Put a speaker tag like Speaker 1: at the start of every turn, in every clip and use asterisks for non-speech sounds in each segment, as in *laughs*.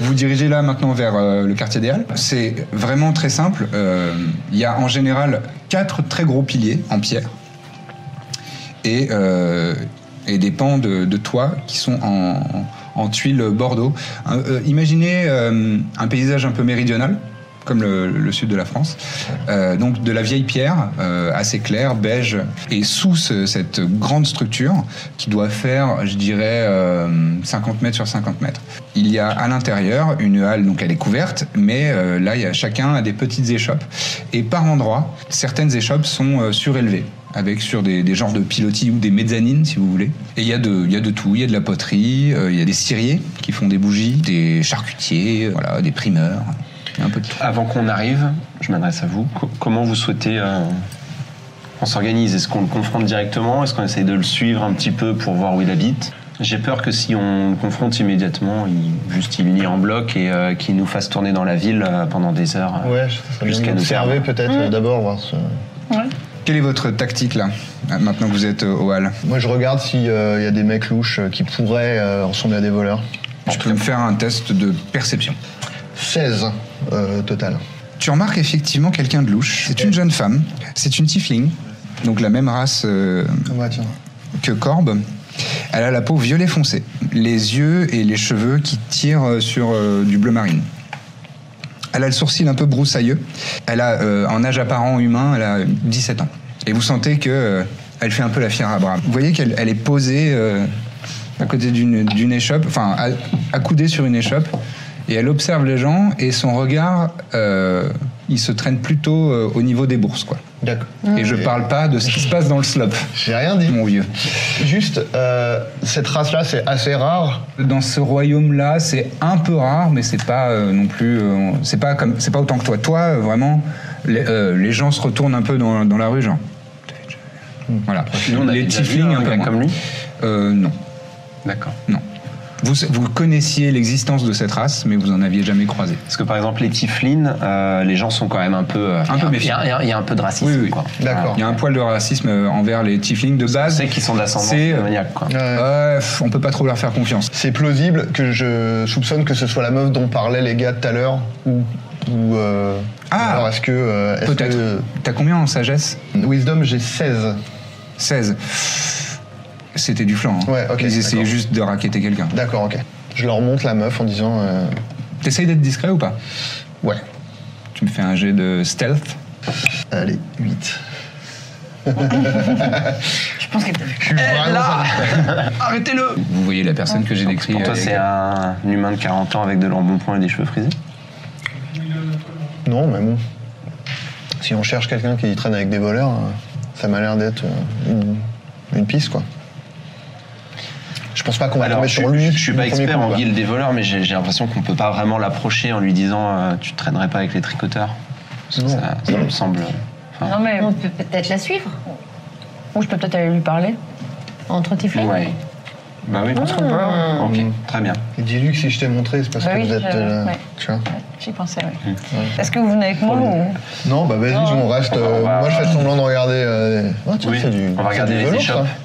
Speaker 1: Vous dirigez là maintenant vers euh, le quartier des Halles. C'est vraiment très simple. Euh, Il y a en général quatre très gros piliers en pierre et, euh, et des pans de, de toit qui sont en, en tuiles bordeaux. Un- euh, imaginez euh, un paysage un peu méridional comme le, le sud de la France. Euh, donc de la vieille pierre, euh, assez claire, beige. Et sous ce- cette grande structure, qui doit faire, je dirais, euh, 50 mètres sur 50 mètres, il y a à l'intérieur une halle, donc elle est couverte, mais euh, là, il y a, chacun a des petites échoppes. Et par endroits, certaines échoppes sont euh, surélevées avec sur des, des genres de pilotis ou des mezzanines, si vous voulez. Et il y, a de- il y a de tout. Il y a de la poterie, euh, il y a des ciriers qui font des bougies, des charcutiers, euh, voilà, des primeurs, il y a un peu de tout.
Speaker 2: Avant qu'on arrive, je m'adresse à vous. Co- comment vous souhaitez euh, qu'on s'organise Est-ce qu'on le confronte directement Est-ce qu'on essaye de le suivre un petit peu pour voir où il habite J'ai peur que si on le confronte immédiatement, il, juste il lit en bloc et euh, qu'il nous fasse tourner dans la ville euh, pendant des heures. euh,
Speaker 3: Ouais, ça serait
Speaker 2: Jusqu'à
Speaker 3: bien
Speaker 2: nous
Speaker 3: d'observer peut-être euh, d'abord. voir ce-
Speaker 1: Quelle est votre tactique là, maintenant que vous êtes euh, au hall
Speaker 3: Moi, je regarde s'il y a des mecs louches euh, qui pourraient euh, ressembler à des voleurs.
Speaker 1: Tu peux me faire un test de perception.
Speaker 3: 16 euh, total.
Speaker 1: Tu remarques effectivement quelqu'un de louche. C'est une jeune femme. C'est une tiefling, donc la même race euh,
Speaker 3: Ouais, tiens.
Speaker 1: que Corbe. Elle a la peau violet foncé, les yeux et les cheveux qui tirent euh, sur euh, du bleu marine. Elle a le sourcil un peu broussailleux. Elle a, euh, en âge apparent humain, elle a 17 ans. Et vous sentez que euh, elle fait un peu la fière à bras. Vous voyez qu'elle elle est posée euh, à côté d'une d'une échoppe, enfin à- accoudée sur une échoppe, et elle observe les gens. Et son regard, euh, il se traîne plutôt euh, au niveau des bourses, quoi.
Speaker 3: D'accord.
Speaker 1: Et je parle pas de ce qui se passe dans le slop,
Speaker 3: J'ai rien dit.
Speaker 1: mon vieux.
Speaker 3: Juste, euh, cette race-là, c'est assez rare.
Speaker 1: Dans ce royaume-là, c'est un peu rare, mais c'est pas euh, non plus. euh, c'est pas comme, c'est pas autant que toi. Toi, euh, vraiment, les, euh, les gens se retournent un peu dans, dans la rue, genre. Voilà.
Speaker 2: Hmm. Nous, on avait
Speaker 1: les
Speaker 2: déjà vu
Speaker 1: tieflings,
Speaker 2: un
Speaker 1: un peu
Speaker 2: gars
Speaker 1: moins.
Speaker 2: comme lui.
Speaker 1: Euh, Non,
Speaker 2: D'accord.
Speaker 1: non. Vous, vous connaissiez l'existence de cette race, mais vous en aviez jamais croisé.
Speaker 2: Parce que par exemple, les Tiflines, euh, les gens sont quand même un peu. euh,
Speaker 1: peu
Speaker 2: il y a il y
Speaker 1: méfiants.
Speaker 2: a- Il y, a- il y a un peu de racisme.
Speaker 1: Oui, oui.
Speaker 2: quoi.
Speaker 3: D'accord.
Speaker 1: Il y a un poil de racisme euh, envers les tieflings de
Speaker 2: On
Speaker 1: base.
Speaker 2: sait qu'ils sont d'ascendance
Speaker 1: C'est-
Speaker 2: démoniaque. Quoi.
Speaker 1: Euh, pff, on peut pas trop leur faire confiance.
Speaker 3: C'est plausible que je soupçonne que ce soit la meuf dont parlaient les gars tout à l'heure ou. ou, euh,
Speaker 1: Ah.
Speaker 3: Alors est-ce que. euh, est-ce
Speaker 1: Peut-être.
Speaker 3: que-
Speaker 1: T'as combien en sagesse
Speaker 3: Wisdom, j'ai 16.
Speaker 1: 16. C'était du flanc. hein.
Speaker 3: Ouais, ok,
Speaker 1: Ils essayaient
Speaker 3: d'accord.
Speaker 1: juste de raqueter quelqu'un.
Speaker 3: D'accord, ok. Je leur montre la meuf en disant. euh,
Speaker 1: T'essayes d'être discret ou pas
Speaker 3: ouais.
Speaker 1: Tu me fais un jet de stealth.
Speaker 3: Allez, 8.
Speaker 4: Je pense que
Speaker 3: Je suis vraiment satisfait.
Speaker 2: Arrêtez-le
Speaker 1: Vous voyez la personne
Speaker 4: Ah.
Speaker 1: que j'ai décrite.
Speaker 2: Pour toi, c'est un humain de 40 ans avec de l'embonpoint et des cheveux frisés
Speaker 3: Non, mais bon. Si on cherche quelqu'un qui traîne avec des voleurs, euh, ça m'a l'air d'être euh, une, une piste, quoi. Je pense pas qu'on va
Speaker 2: Alors,
Speaker 3: tomber
Speaker 2: je,
Speaker 3: sur lui.
Speaker 2: je suis pas
Speaker 3: du premier
Speaker 2: expert
Speaker 3: coup,
Speaker 2: en
Speaker 3: quoi.
Speaker 2: guilde des voleurs, mais j'ai j'ai l'impression qu'on peut pas vraiment l'approcher en lui disant euh, tu te traînerais pas avec les tricoteurs. Parce que
Speaker 3: Non.
Speaker 2: ça, ça me semble. enfin,
Speaker 4: Non, mais.
Speaker 5: On peut peut-être la suivre.
Speaker 4: Ou je peux peut-être aller lui parler.
Speaker 5: Entre Tiflin
Speaker 2: ouais. Bah oui.
Speaker 3: Ah,
Speaker 2: Ok,
Speaker 3: hum.
Speaker 2: très bien.
Speaker 3: Et Dis-lui que si je t'ai montré, c'est parce
Speaker 4: Bah
Speaker 3: que
Speaker 4: oui,
Speaker 3: vous êtes.
Speaker 4: je-
Speaker 3: euh,
Speaker 4: ouais.
Speaker 3: tu vois.
Speaker 4: J'y pensais, oui. Est-ce que vous venez avec moi ou.
Speaker 3: Non, bah vas-y,
Speaker 4: Non.
Speaker 3: on reste. euh,
Speaker 2: On va-
Speaker 3: moi, je fais semblant de regarder. euh, ah, tiens,
Speaker 2: Bah, Oui,
Speaker 3: c'est du-
Speaker 2: on va
Speaker 3: c'est
Speaker 2: regarder
Speaker 3: du
Speaker 2: les
Speaker 3: velours, hein.
Speaker 2: échoppes.
Speaker 3: ça.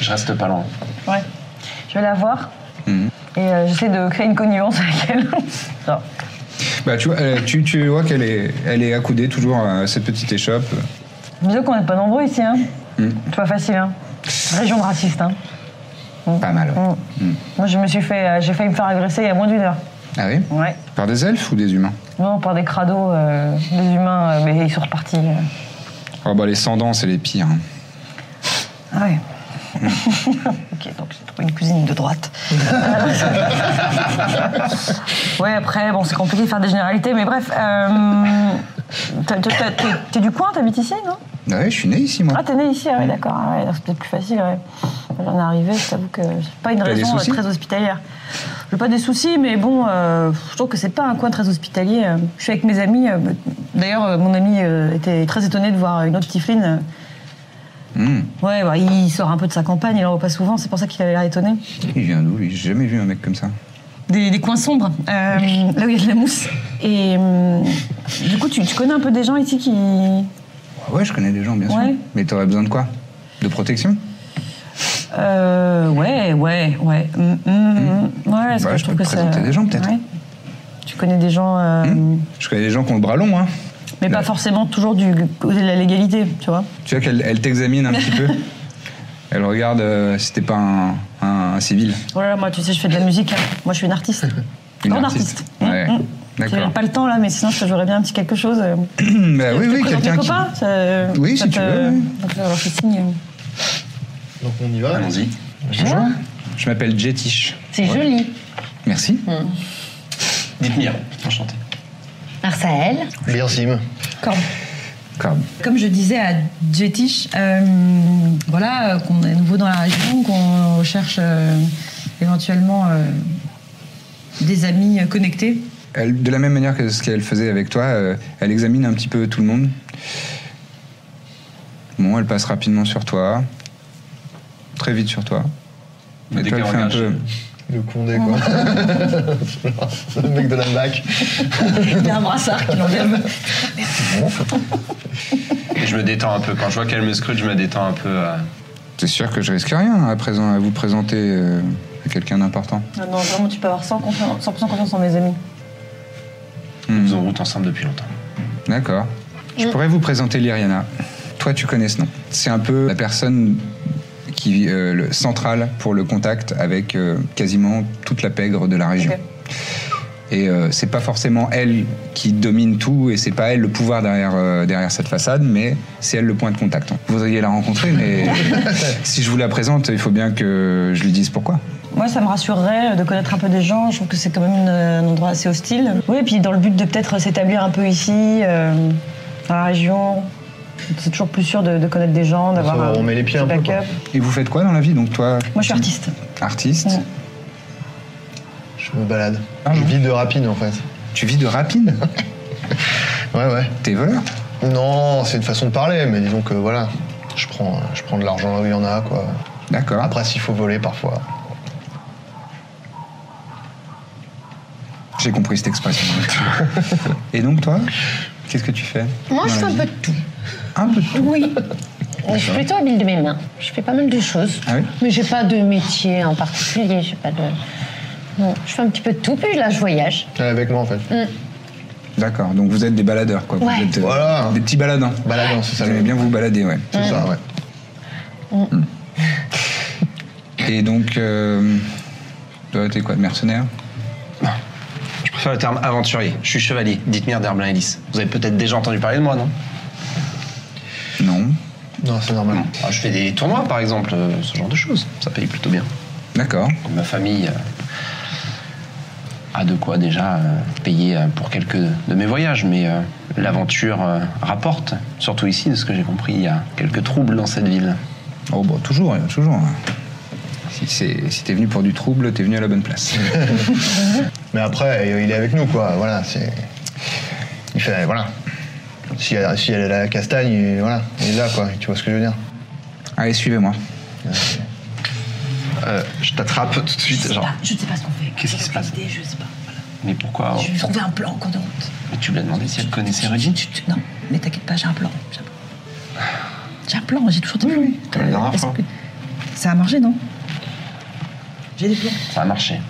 Speaker 2: Je reste pas loin.
Speaker 4: Ouais. Je vais la voir. Et euh, j'essaie de créer une connivence avec elle. Genre,
Speaker 1: Bah, tu vois, elle- tu, tu vois qu'elle est, elle est accoudée toujours à cette petite échoppe.
Speaker 4: Disons qu'on n'est pas nombreux ici, hein. C'est pas facile, hein. Région de racistes, hein.
Speaker 1: Pas mal. ouais.
Speaker 4: Mm. Moi, je me suis fait, euh, j'ai failli me faire agresser il y a moins d'une heure.
Speaker 1: Ah oui
Speaker 4: Ouais.
Speaker 1: Par des elfes ou des humains
Speaker 4: Non, par des crados, euh, des humains, euh, mais ils sont repartis. euh.
Speaker 1: Oh, bah, les sans dents, c'est les pires. hein.
Speaker 4: Ah ouais. *laughs* ok, donc j'ai trouvé une cousine de droite. ouais, après, bon, c'est compliqué de faire des généralités, mais bref. euh, t'as- t'as- t'as- t'es- T'es du coin, t'habites ici, non
Speaker 1: Ah ouais, je suis né ici, moi.
Speaker 4: Ah, t'es né ici, ah ouais, d'accord. ah ouais, alors c'est peut-être plus facile, ouais. J'en ai arrivé, je t'avoue que c'est pas une
Speaker 1: T'as des
Speaker 4: raison euh,
Speaker 1: soucis
Speaker 4: très hospitalière. J'ai pas des soucis, mais bon, euh, je trouve que c'est pas un coin très hospitalier. euh. Je suis avec mes amis. euh, D'ailleurs, euh, mon ami euh, était très étonné de voir une autre Tifline. euh.
Speaker 1: Hmm.
Speaker 4: Ouais, bah, il sort un peu de sa campagne, il en voit pas souvent, c'est pour ça qu'il avait l'air étonné.
Speaker 1: Il vient d'où, lui J'ai jamais vu un mec comme ça.
Speaker 4: Des, des coins sombres, euh, là où il y a de la mousse. Et euh, du coup, tu, tu connais un peu des gens ici qui.
Speaker 1: Ah Ouais, je connais des gens, bien
Speaker 4: Ouais.
Speaker 1: sûr. Mais t'aurais besoin de quoi De protection
Speaker 4: Euh, ouais, ouais, ouais. Hum, hum, hum. Ouais, est-ce
Speaker 1: Bah,
Speaker 4: que
Speaker 1: je
Speaker 4: je trouve
Speaker 1: peux
Speaker 4: que
Speaker 1: te
Speaker 4: ça.
Speaker 1: présenter des gens, peut-être. Mm.
Speaker 4: Ouais. Tu connais des gens, euh,
Speaker 1: Je connais des gens qui ont le bras long, hein.
Speaker 4: mais
Speaker 1: Là.
Speaker 4: pas forcément toujours du côté de la légalité, tu vois.
Speaker 1: Tu vois qu'elle elle t'examine un petit *laughs* peu. Elle regarde euh, si t'es pas un, un- un civil.
Speaker 4: Oh là là, moi, tu sais, je fais de la musique. hein. Moi, je suis une artiste.
Speaker 1: *laughs* Une
Speaker 4: Grande
Speaker 1: artiste.
Speaker 4: artiste.
Speaker 1: Ouais.
Speaker 4: Hum, hum.
Speaker 1: D'accord.
Speaker 4: J'ai pas le temps là, mais sinon, je te jouerais bien un petit quelque chose. euh.
Speaker 1: bah, oui, oui,
Speaker 4: Présente
Speaker 1: quelqu'un
Speaker 4: tes
Speaker 1: qui.
Speaker 4: copains, ça- euh,
Speaker 1: Oui,
Speaker 4: ça
Speaker 1: si tu
Speaker 4: te-
Speaker 1: veux, oui.
Speaker 4: Donc, alors, je signe.
Speaker 3: Donc on y va.
Speaker 2: Allons-y.
Speaker 1: Bonjour. Je m'appelle Jetish.
Speaker 5: C'est joli.
Speaker 1: Merci.
Speaker 2: Dites-moi, enchanté.
Speaker 5: Arsaël.
Speaker 3: Bien Sim.
Speaker 6: Comme,
Speaker 1: Corbe.
Speaker 6: comme je disais à Jetish, euh, voilà, euh, qu'on est nouveau dans la région, qu'on cherche euh, éventuellement euh, des amis euh, connectés.
Speaker 1: Elle- de la même manière que ce qu'elle faisait avec toi, euh, elle examine un petit peu tout le monde. Bon, elle passe rapidement sur toi. Très vite sur toi.
Speaker 2: Mais
Speaker 1: Et
Speaker 2: dès
Speaker 1: toi,
Speaker 2: qu'elle
Speaker 1: elle fait un
Speaker 2: regarde,
Speaker 1: peu-
Speaker 3: Le condé,
Speaker 4: *laughs*
Speaker 3: quoi. *laughs* le mec de la bac.
Speaker 6: Il y a un brassard qui l'enlève.
Speaker 2: Et je me détends un peu. Quand je vois qu'elle me scrute, je me détends un peu. euh.
Speaker 1: T'es sûr que je risque rien à présent à vous présenter euh, à quelqu'un d'important
Speaker 4: Ah non, vraiment, tu peux avoir 100% confiance, 100% confiance en mes amis.
Speaker 2: Nous faisons route ensemble depuis longtemps.
Speaker 1: D'accord.
Speaker 4: Mm.
Speaker 1: Je pourrais vous présenter Lyriana. Toi, tu connais ce nom. C'est un peu la personne qui euh, le- centrale pour le contact avec euh, quasiment toute la pègre de la région.
Speaker 4: Ok.
Speaker 1: Et euh, c'est pas forcément elle qui domine tout, et c'est pas elle le pouvoir derrière, euh, derrière cette façade, mais c'est elle le point de contact. Vous voudriez la rencontrer,
Speaker 4: *laughs*
Speaker 1: mais si je vous la présente, il faut bien que je lui dise pourquoi.
Speaker 4: Moi, ça me rassurerait de connaître un peu des gens. Je trouve que c'est quand même une- un endroit assez hostile. Oui, et puis dans le but de peut-être s'établir un peu ici, euh, dans la région. C'est toujours plus sûr de, de connaître des gens, d'avoir
Speaker 3: Ça,
Speaker 4: un
Speaker 3: on met les pieds un
Speaker 4: petit
Speaker 3: peu, quoi.
Speaker 4: backup.
Speaker 1: Et vous faites quoi dans la vie Donc toi,
Speaker 4: Moi, je suis artiste.
Speaker 1: artiste,
Speaker 4: Ouais.
Speaker 3: Je me balade.
Speaker 1: Ah
Speaker 3: je
Speaker 1: bon
Speaker 3: vis de rapide, en fait.
Speaker 1: tu vis de rapide
Speaker 3: Ouais, ouais.
Speaker 1: T'es voleur
Speaker 3: Non, c'est une façon de parler, mais disons que voilà. Je prends, je prends de l'argent là où il y en a, quoi.
Speaker 1: D'accord.
Speaker 3: Après, s'il faut voler parfois.
Speaker 1: J'ai compris cette expression. Et donc toi, qu'est-ce que tu fais
Speaker 5: Moi, je
Speaker 1: dans la
Speaker 5: fais un
Speaker 1: vie
Speaker 5: peu de tout.
Speaker 1: Un peu de tout.
Speaker 5: Oui. Je suis plutôt habile de mes mains. Je fais pas mal de choses.
Speaker 1: Ah oui
Speaker 5: Mais j'ai pas de métier en particulier. J'ai pas de. Non, je fais un petit peu de tout. Puis là, je voyage.
Speaker 3: Elle est avec moi, en fait.
Speaker 1: D'accord. Donc vous êtes des baladeurs, quoi.
Speaker 5: Ouais.
Speaker 1: Vous êtes euh,
Speaker 3: Voilà.
Speaker 1: des petits baladins.
Speaker 3: Baladant, c'est
Speaker 1: Vous
Speaker 3: ça le
Speaker 1: aimez bien vous balader, ouais.
Speaker 3: C'est ça, ouais.
Speaker 1: Et donc, euh, toi, t'es quoi, de mercenaire
Speaker 2: Je préfère le terme aventurier. Je suis chevalier. Dites-moi d'Herblin Ellis. Vous avez peut-être déjà entendu parler de moi, non
Speaker 1: Non.
Speaker 3: Non, c'est normal.
Speaker 2: Ah, Je fais des tournois, par exemple, euh, ce genre de choses. Ça paye plutôt bien.
Speaker 1: D'accord.
Speaker 2: Ma famille euh, a de quoi déjà euh, payer euh, pour quelques de mes voyages, mais euh, l'aventure euh, rapporte, surtout ici, de ce que j'ai compris, il y a quelques troubles dans cette ville.
Speaker 1: Oh, bah, toujours, euh, toujours. Si, c'est- si t'es venu pour du trouble, t'es venu à la bonne
Speaker 3: *laughs*
Speaker 1: place.
Speaker 3: Mais après, euh, il est avec nous, quoi. Voilà, c'est. Il fait. Voilà. Si elle, si elle est à la castagne, il- voilà, il est là, quoi. Tu vois ce que je veux dire
Speaker 1: Allez, suivez-moi.
Speaker 2: Euh, je t'attrape tout de suite,
Speaker 3: Ah.
Speaker 2: genre.
Speaker 6: Je ne sais pas ce qu'on fait.
Speaker 2: Qu'est-ce qui se passe
Speaker 6: idée, Je sais pas. Voilà.
Speaker 2: Mais pourquoi
Speaker 6: Je vais trouver un plan qu'on route.
Speaker 2: Mais Tu lui as demandé si elle connaissait Rudy
Speaker 6: Chut, Non, mais t'inquiète pas, j'ai un plan. J'ai un plan. J'ai un plan, j'ai toujours des plans.
Speaker 2: comme la dernière
Speaker 6: Est-ce
Speaker 2: fois.
Speaker 6: que- Ça a marché, non J'ai des plans.
Speaker 2: Ça a marché.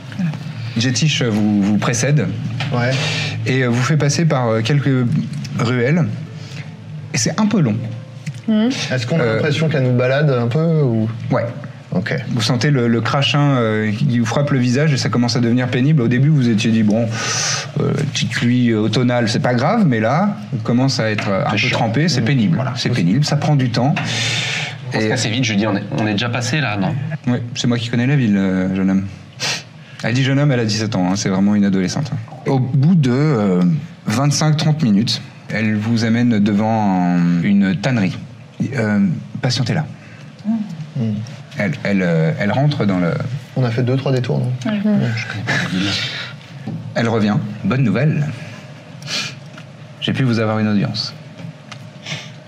Speaker 1: Jetish vous, vous précède
Speaker 3: Ouais.
Speaker 1: et euh, vous fait passer par euh, quelques ruelles. Et c'est un peu long.
Speaker 3: Est-ce qu'on a
Speaker 1: Euh,
Speaker 3: l'impression qu'elle nous balade un peu ou...
Speaker 1: Ouais.
Speaker 3: Ok.
Speaker 1: Vous sentez le, le crachin euh, qui vous frappe le visage et ça commence à devenir pénible. Au début, vous étiez dit, bon, euh, petite pluie euh, automnale, c'est pas grave, mais là, on commence à être euh, un peu
Speaker 2: chiant. Mmh.
Speaker 1: trempé, c'est pénible.
Speaker 2: Voilà.
Speaker 1: C'est pénible, ça prend du temps.
Speaker 2: Parce
Speaker 1: Et-
Speaker 2: qu'assez vite, je dis, on est, on est déjà passé là, non
Speaker 1: Oui, c'est moi qui connais la ville, euh, jeune homme. Elle dit jeune homme, elle a 17 ans, hein, c'est vraiment une adolescente. Au bout de 25-30 minutes, elle vous amène devant une tannerie. Euh, patientez là. Elle, elle, euh, elle rentre dans le...
Speaker 3: On a fait deux, trois détours, non
Speaker 1: Elle revient. Bonne nouvelle. J'ai pu vous avoir une audience.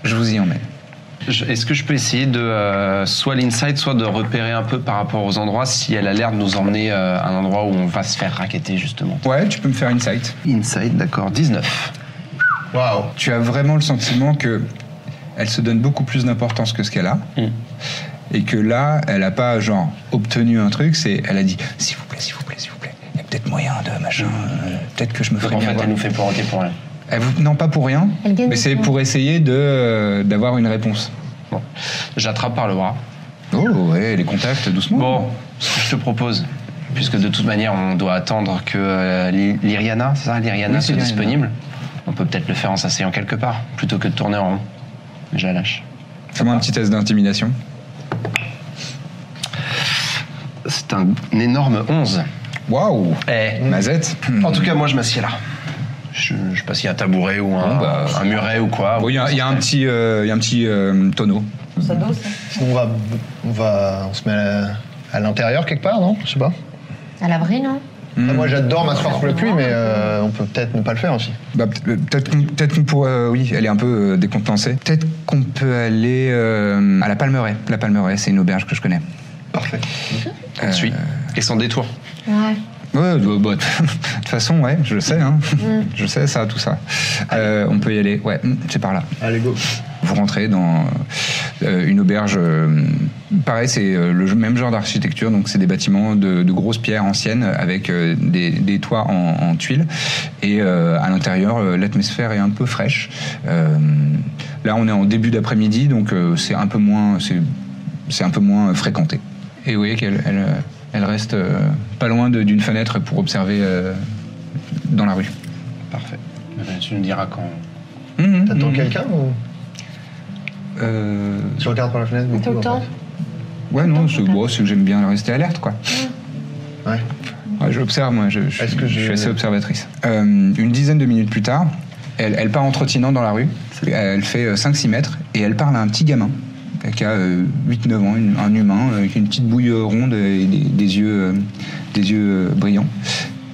Speaker 1: Je vous y emmène.
Speaker 2: Je- Est-ce que je peux essayer de euh, soit l'inside, soit de repérer un peu par rapport aux endroits si elle a l'air de nous emmener euh, à un endroit où on va se faire raqueter justement
Speaker 1: Ouais, tu peux me faire une sight.
Speaker 2: Inside, d'accord, 19.
Speaker 3: Waouh
Speaker 1: tu as vraiment le sentiment que elle se donne beaucoup plus d'importance que ce qu'elle a. Et que là, elle n'a pas genre obtenu un truc, c'est elle a dit s'il vous plaît, s'il vous plaît, s'il vous plaît, il y a peut-être moyen de machin, euh, peut-être que je me
Speaker 2: Donc
Speaker 1: ferai
Speaker 2: en
Speaker 1: bien
Speaker 2: fait,
Speaker 1: voir.
Speaker 2: elle nous fait pour raqueter pour rien.
Speaker 1: Elle vous- non pas pour rien,
Speaker 5: Elle gagne
Speaker 1: mais
Speaker 5: du
Speaker 1: c'est
Speaker 5: temps.
Speaker 1: pour essayer de euh, d'avoir une réponse.
Speaker 2: Bon, j'attrape par le bras.
Speaker 1: Oh ouais, les contacts doucement.
Speaker 2: Bon, ce que je te propose, puisque de toute manière, on doit attendre que euh, l'I- l'Iriana, c'est ça,
Speaker 1: Oui,
Speaker 2: l'Iriana
Speaker 1: c'est
Speaker 2: soit
Speaker 1: l'Iriana.
Speaker 2: disponible, on peut peut-être le faire en s'asseyant quelque part, plutôt que de tourner en rond. Je la lâche.
Speaker 1: fais-moi un petit test d'intimidation.
Speaker 2: C'est un, un énorme 11.
Speaker 1: Waouh,
Speaker 2: Eh,
Speaker 1: Mazette.
Speaker 2: En tout cas, moi, je m'assieds là. Je, je sais pas s'il y a un tabouret ou un,
Speaker 1: Bon, bah,
Speaker 2: un muret ou quoi.
Speaker 1: Bon, il y, a- il y a un petit, euh, il y a un petit euh, tonneau.
Speaker 2: Mmh.
Speaker 4: Ça hein. dose.
Speaker 3: Sinon, on va, on va. On se met à, la- à l'intérieur quelque part, non Je sais pas.
Speaker 5: À l'abri, non
Speaker 3: Ah,
Speaker 1: Mm.
Speaker 3: moi, j'adore m'asseoir sous la pluie, mais euh, on peut peut-être ne pas le faire aussi.
Speaker 1: Bah, peut- euh, peut-être qu'on peut-être qu'on pourrait. euh, oui, elle est un peu euh, décontenancée. Peut-être qu'on peut aller euh, à la Palmeraie. La Palmeraie, c'est une auberge que je connais.
Speaker 3: Parfait.
Speaker 2: On suit. Et sans détour.
Speaker 5: Ouais.
Speaker 1: Ouais, bah, bah, *laughs* de toute façon, ouais, je le sais, hein.
Speaker 2: Mm.
Speaker 1: je sais ça, tout ça. Euh, on peut y aller, ouais, mm, c'est par là.
Speaker 3: Allez, go.
Speaker 1: Vous rentrez dans euh, une auberge. euh, pareil, c'est euh, le même genre d'architecture, donc c'est des bâtiments de, de grosses pierres anciennes avec euh, des, des toits en, en tuiles. Et euh, à l'intérieur, euh, l'atmosphère est un peu fraîche. Euh, là, on est en début d'après-midi, donc euh, c'est un peu moins, c'est, c'est un peu moins fréquenté. Et vous voyez qu'elle elle, euh, elle reste euh, pas loin de- d'une fenêtre pour observer euh, dans la rue.
Speaker 2: Parfait. Eh ben, Tu nous diras quand.
Speaker 1: Mhm,
Speaker 3: T'attends
Speaker 1: mhm.
Speaker 5: Mm.
Speaker 3: quelqu'un ou
Speaker 1: Euh,
Speaker 3: tu regardes par la fenêtre beaucoup
Speaker 5: Tout le
Speaker 3: en
Speaker 5: temps.
Speaker 1: bah.
Speaker 3: fait
Speaker 1: Ouais, non, c'est bon, c'est que j'aime bien rester alerte, quoi.
Speaker 3: Ouais.
Speaker 1: Ouais, J'observe, moi, je, je-
Speaker 3: Est-ce que
Speaker 1: je
Speaker 3: je-
Speaker 1: suis assez observatrice. Euh, une dizaine de minutes plus tard, elle, elle part en trottinant dans la rue, elle fait euh, 5-6 mètres, et elle parle à un petit gamin euh, qui a euh, 8-9 ans, une- un humain, euh, avec une petite bouille euh, ronde et des, des yeux, euh, des yeux euh, brillants.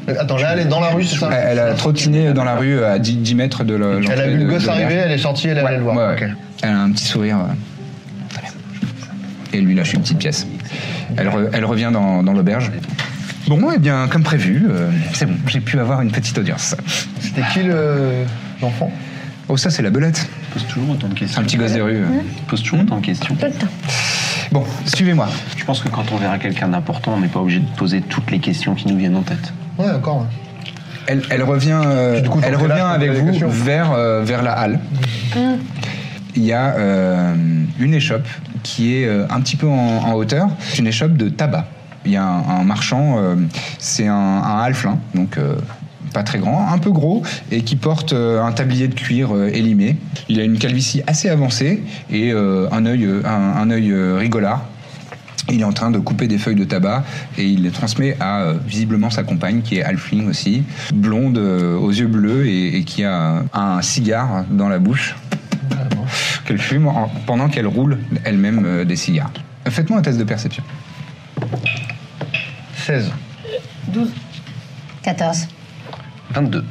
Speaker 3: Euh, Attends, là, elle est dans la rue, c'est ça
Speaker 1: Elle, elle a trottiné dans la rue euh, à 10, 10 mètres de la- l'entrée
Speaker 3: Elle a
Speaker 1: de-
Speaker 3: vu le
Speaker 1: de
Speaker 3: gosse
Speaker 1: l'auberge.
Speaker 3: arriver, elle est sortie, elle est allée le voir.
Speaker 1: Ouais, ouais.
Speaker 3: Ok.
Speaker 1: Elle a un petit sourire. euh, très bien. Et lui lâche une petite pièce. Elle, re- elle revient dans, dans l'auberge. Bon, eh bien, comme prévu, euh, c'est bon, j'ai pu avoir une petite audience.
Speaker 3: C'était qui le- l'enfant
Speaker 1: Oh, ça, c'est la belette.
Speaker 2: Pose toujours autant de
Speaker 1: C'est
Speaker 2: questions.
Speaker 1: un petit gosse des rues. euh.
Speaker 2: Pose toujours autant de questions.
Speaker 5: Tout le temps.
Speaker 1: Bon, suivez-moi.
Speaker 2: Je pense que quand on verra quelqu'un d'important, on n'est pas obligé de poser toutes les questions qui nous viennent en tête.
Speaker 3: Ouais, encore.
Speaker 1: Elle, elle revient, euh,
Speaker 3: Du coup, faut
Speaker 1: elle
Speaker 3: que
Speaker 1: revient
Speaker 3: là, je
Speaker 1: avec
Speaker 3: pose des
Speaker 1: vous
Speaker 3: questions.
Speaker 1: vers, euh, vers la halle. Il y a euh, une échoppe qui est euh, un petit peu en, en hauteur. C'est une échoppe de tabac. Il y a un, un marchand, euh, c'est un, un halflin, donc euh, pas très grand, un peu gros, et qui porte euh, un tablier de cuir euh, élimé. Il a une calvitie assez avancée et euh, un œil, euh, un, un œil euh, rigolard. Il est en train de couper des feuilles de tabac et il les transmet à euh, visiblement sa compagne qui est Halfling aussi, blonde euh, aux yeux bleus et, et qui a un, un cigare dans la bouche qu'elle fume en- pendant qu'elle roule elle-même euh, des cigares. Faites-moi un test de perception.
Speaker 3: 16.
Speaker 5: 14.
Speaker 2: 22.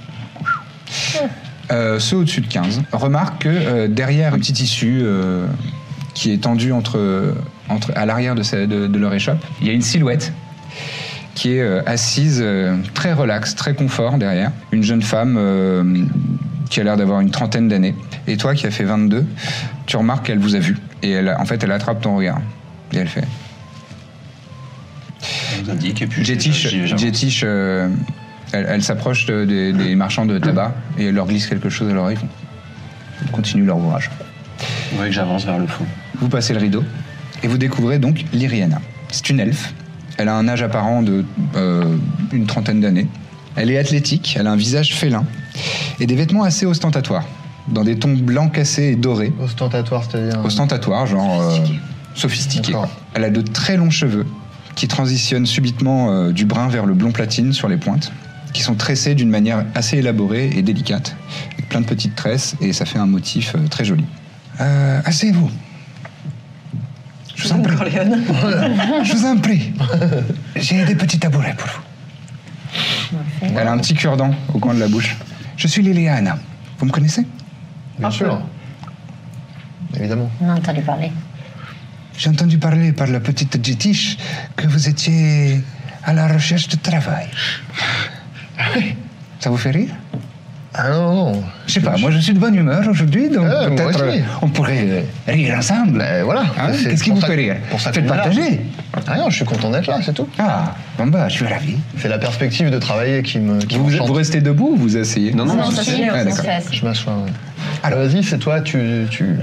Speaker 1: Euh, ceux au-dessus de 15 remarquent que euh, derrière une petite issue euh, qui est tendue entre, entre, à l'arrière de, sa- de- de leur échoppe, il y a une silhouette qui est euh, assise euh, très relaxe, très confort derrière. Une jeune femme euh, qui a l'air d'avoir une trentaine d'années. Et toi qui as fait 22, tu remarques qu'elle vous a vu. Et elle, a- en fait, elle attrape ton regard. Et elle fait.
Speaker 2: On nous indique et puis.
Speaker 1: Jettish,
Speaker 2: j'y vais, j'avance.
Speaker 1: Jettish, euh, Elle, elle s'approche de- des, des marchands de tabac et elle leur glisse quelque chose à l'oreille. Ils continuent leur ouvrage.
Speaker 2: Vous voyez que j'avance vers le fond.
Speaker 1: Vous passez le rideau et vous découvrez donc Lyriana. C'est une elfe. Elle a un âge apparent de euh, une trentaine d'années. Elle est athlétique, elle a un visage félin et des vêtements assez ostentatoires, dans des tons blancs cassés et dorés,
Speaker 3: Ostentatoire, c'est-à-dire. euh,
Speaker 1: ostentatoires, genre euh, sophistiqués.
Speaker 3: D'accord.
Speaker 1: Elle a de très longs cheveux qui transitionnent subitement euh, du brun vers le blond platine sur les pointes, qui sont tressés d'une manière assez élaborée et délicate, avec plein de petites tresses et ça fait un motif euh, très joli. Euh, Asseyez-vous. Je vous en prie.
Speaker 4: Corleone.
Speaker 1: Je vous en prie. J'ai des petits tabourets pour vous. Elle a un petit cure-dent au coin de la bouche. Je suis Liliana. Vous me connaissez
Speaker 3: Bien sûr. Évidemment.
Speaker 5: On a entendu parler.
Speaker 1: J'ai entendu parler par la petite Jetish que vous étiez à la recherche de travail. Ah Ça vous fait rire
Speaker 3: Ah non, non.
Speaker 1: Je sais pas, moi je suis de bonne humeur aujourd'hui, donc
Speaker 3: Ah, moi
Speaker 1: peut-être
Speaker 3: aussi.
Speaker 1: euh, on pourrait euh, rire ensemble.
Speaker 3: Eh, voilà.
Speaker 1: Hein
Speaker 3: C'est
Speaker 1: Qu'est-ce qui
Speaker 3: pour
Speaker 1: vous
Speaker 3: ça-
Speaker 1: fait rire
Speaker 3: pour ça
Speaker 1: Faites
Speaker 3: qu'on est là.
Speaker 1: partager.
Speaker 3: Ah non, je suis content d'être là, c'est tout.
Speaker 1: Ah, bon bah, je suis ravi.
Speaker 3: C'est la perspective de travailler qui me. Qui m'enchante.
Speaker 1: restez debout ou vous asseyez
Speaker 2: Non, non,
Speaker 5: Non,
Speaker 2: je
Speaker 5: ça
Speaker 2: sais.
Speaker 5: c'est mieux,
Speaker 1: Ah,
Speaker 5: on
Speaker 1: d'accord.
Speaker 5: s'est assis.
Speaker 3: Je m'assois. ouais. Ah, vas-y, c'est toi, tu. tu...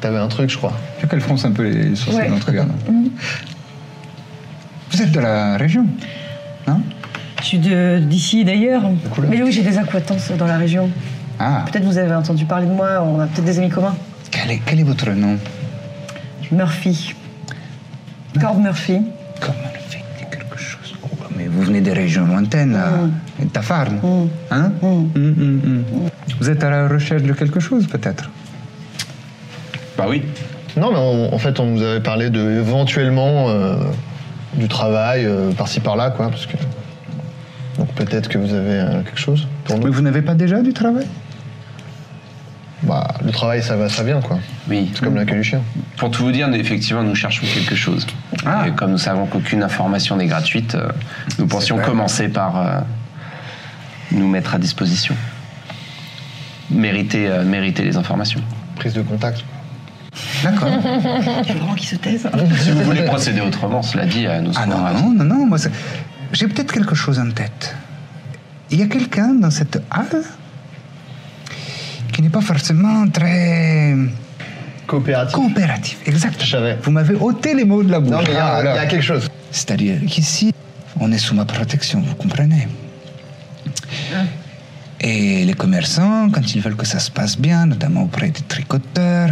Speaker 3: T'avais un truc, je crois.
Speaker 1: Je qu'elle fronce un peu les sourcils
Speaker 6: Ouais.
Speaker 1: en te regardant.
Speaker 2: Mhm.
Speaker 1: Vous êtes de la région, non
Speaker 4: Je suis de- d'ici et d'ailleurs.
Speaker 3: couleur.
Speaker 4: Mais oui, j'ai des acquaintances dans la région.
Speaker 1: Ah,
Speaker 4: Peut-être vous avez entendu parler de moi, on a peut-être des amis communs.
Speaker 1: quel est, quel est votre nom
Speaker 4: Murphy.
Speaker 2: Mmh.
Speaker 4: Corb Murphy.
Speaker 1: Comment le fait dire quelque chose Oh, Mais vous venez des régions lointaines, là. Et Tafarn, hein Hum, hum, hum. Vous êtes à la recherche de quelque chose, peut-être
Speaker 2: Bah oui.
Speaker 3: Non, mais on- en fait, on nous avait parlé de éventuellement euh, du travail euh, par-ci par-là, quoi, parce que. Donc peut-être que vous avez euh, quelque chose pour
Speaker 1: Mais
Speaker 3: nous.
Speaker 1: vous n'avez pas déjà du travail
Speaker 3: Bah, le travail, ça va, ça vient, quoi.
Speaker 2: Oui.
Speaker 3: C'est
Speaker 1: Mm.
Speaker 3: comme l'accueil du chien.
Speaker 2: Pour tout vous dire, nous, effectivement, nous cherchons quelque chose.
Speaker 1: Ah.
Speaker 2: Et comme nous savons qu'aucune information n'est gratuite, euh, nous pensions
Speaker 1: vrai.
Speaker 2: commencer par euh, nous mettre à disposition. Mériter, euh, mériter les informations.
Speaker 3: Prise de contact. quoi.
Speaker 1: D'accord.
Speaker 4: *laughs* Tu veux vraiment qu'il se taise hein
Speaker 2: Si vous
Speaker 4: *laughs*
Speaker 2: voulez *laughs* procéder autrement, cela dit, euh, nous
Speaker 1: Ah
Speaker 2: serons
Speaker 1: non,
Speaker 2: ravis.
Speaker 1: non, non, non, moi, c'est- j'ai peut-être quelque chose en tête. Il y a quelqu'un dans cette halle qui n'est pas forcément très
Speaker 3: Coopérative.
Speaker 1: coopératif. Exact.
Speaker 3: Je savais.
Speaker 1: Vous m'avez ôté les mots de la bouche.
Speaker 3: Non, mais il y,
Speaker 1: Ah,
Speaker 3: a- il y
Speaker 1: alors.
Speaker 3: a quelque chose.
Speaker 1: C'est-à-dire qu'ici, on est sous ma protection, vous comprenez Et les commerçants, quand ils veulent que ça se passe bien, notamment auprès des tricoteurs,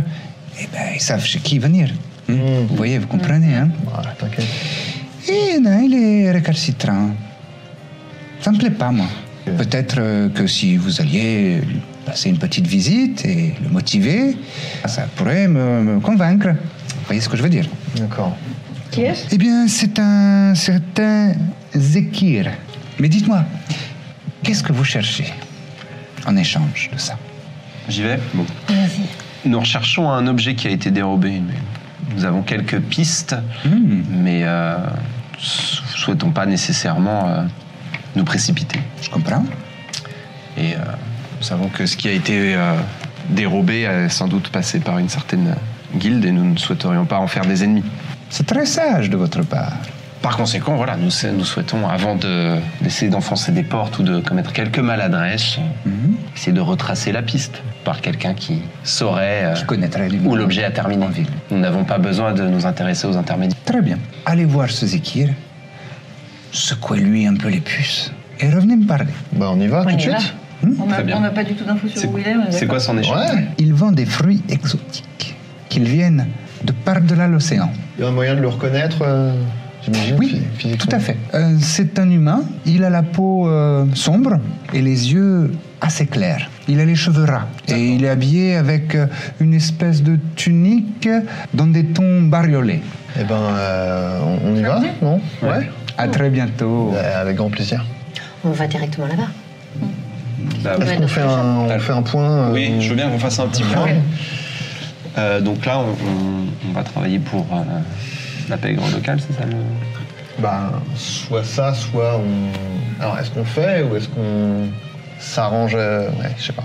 Speaker 1: eh ben, ils savent chez qui venir. hein. Vous voyez, vous comprenez, hein
Speaker 3: Voilà, Ah, t'inquiète.
Speaker 1: Eh non, il est récalcitrant. Ça me plaît pas, moi. Peut-être euh, que si vous alliez lui passer une petite visite et le motiver, ça pourrait me, me convaincre. Vous voyez ce que je veux dire
Speaker 3: D'accord.
Speaker 4: Qui est-ce
Speaker 1: Eh bien, c'est un certain Zekir. Mais dites-moi, qu'est-ce que vous cherchez en échange de ça
Speaker 2: J'y vais Bon. Nous recherchons un objet qui a été dérobé. mais nous avons quelques pistes, mais euh, sou- souhaitons pas nécessairement euh, nous précipiter.
Speaker 1: Je comprends
Speaker 2: Et euh, nous savons que ce qui a été euh, dérobé a sans doute passé par une certaine guilde et nous ne souhaiterions pas en faire des ennemis.
Speaker 1: C'est très sage de votre part.
Speaker 2: Par conséquent, voilà, nous, sa- nous souhaitons, avant de- d'essayer d'enfoncer des portes ou de commettre quelques maladresses,
Speaker 1: Mhm.
Speaker 2: essayer de retracer la piste par quelqu'un qui saurait euh,
Speaker 1: Qui connaîtrait les
Speaker 2: où l'objet a terminé.
Speaker 1: en ville.
Speaker 2: Nous n'avons pas besoin de nous intéresser aux intermédiaires.
Speaker 1: Très bien. Allez voir ce Zekir, secouez-lui un peu les puces et revenez me parler.
Speaker 3: Bah, on y va tout de
Speaker 5: y va.
Speaker 3: suite.
Speaker 6: On
Speaker 2: Mmh. Très bien.
Speaker 6: n'a pas du tout d'infos sur où il est. on est
Speaker 2: C'est
Speaker 6: d'accord.
Speaker 2: quoi son échange
Speaker 3: Ouais.
Speaker 1: Il vend des fruits exotiques qu'ils viennent de par-delà l'océan.
Speaker 3: Il y a un moyen de le reconnaître, euh, j'imagine,
Speaker 1: Oui,
Speaker 3: phy- physiquement.
Speaker 1: tout à fait. Euh, c'est un humain. Il a la peau euh, sombre et les yeux assez clairs. Il a les cheveux ras et il est habillé avec euh, une espèce de tunique dans des tons bariolés.
Speaker 3: Eh ben, euh, on, on y va, non Ouais.
Speaker 1: À très bientôt.
Speaker 3: Euh, avec grand plaisir.
Speaker 5: On va directement là-bas.
Speaker 2: Bah,
Speaker 3: Est-ce qu'on fait un, on fait un point euh,
Speaker 2: Oui, je veux bien qu'on fasse un petit point.
Speaker 3: Ouais.
Speaker 2: Euh, donc là, on, on- on va travailler pour euh, la pègre locale, c'est ça le...
Speaker 3: Bah, soit ça, soit on. Alors, est-ce qu'on fait ou est-ce qu'on s'arrange euh, Ouais, je sais pas.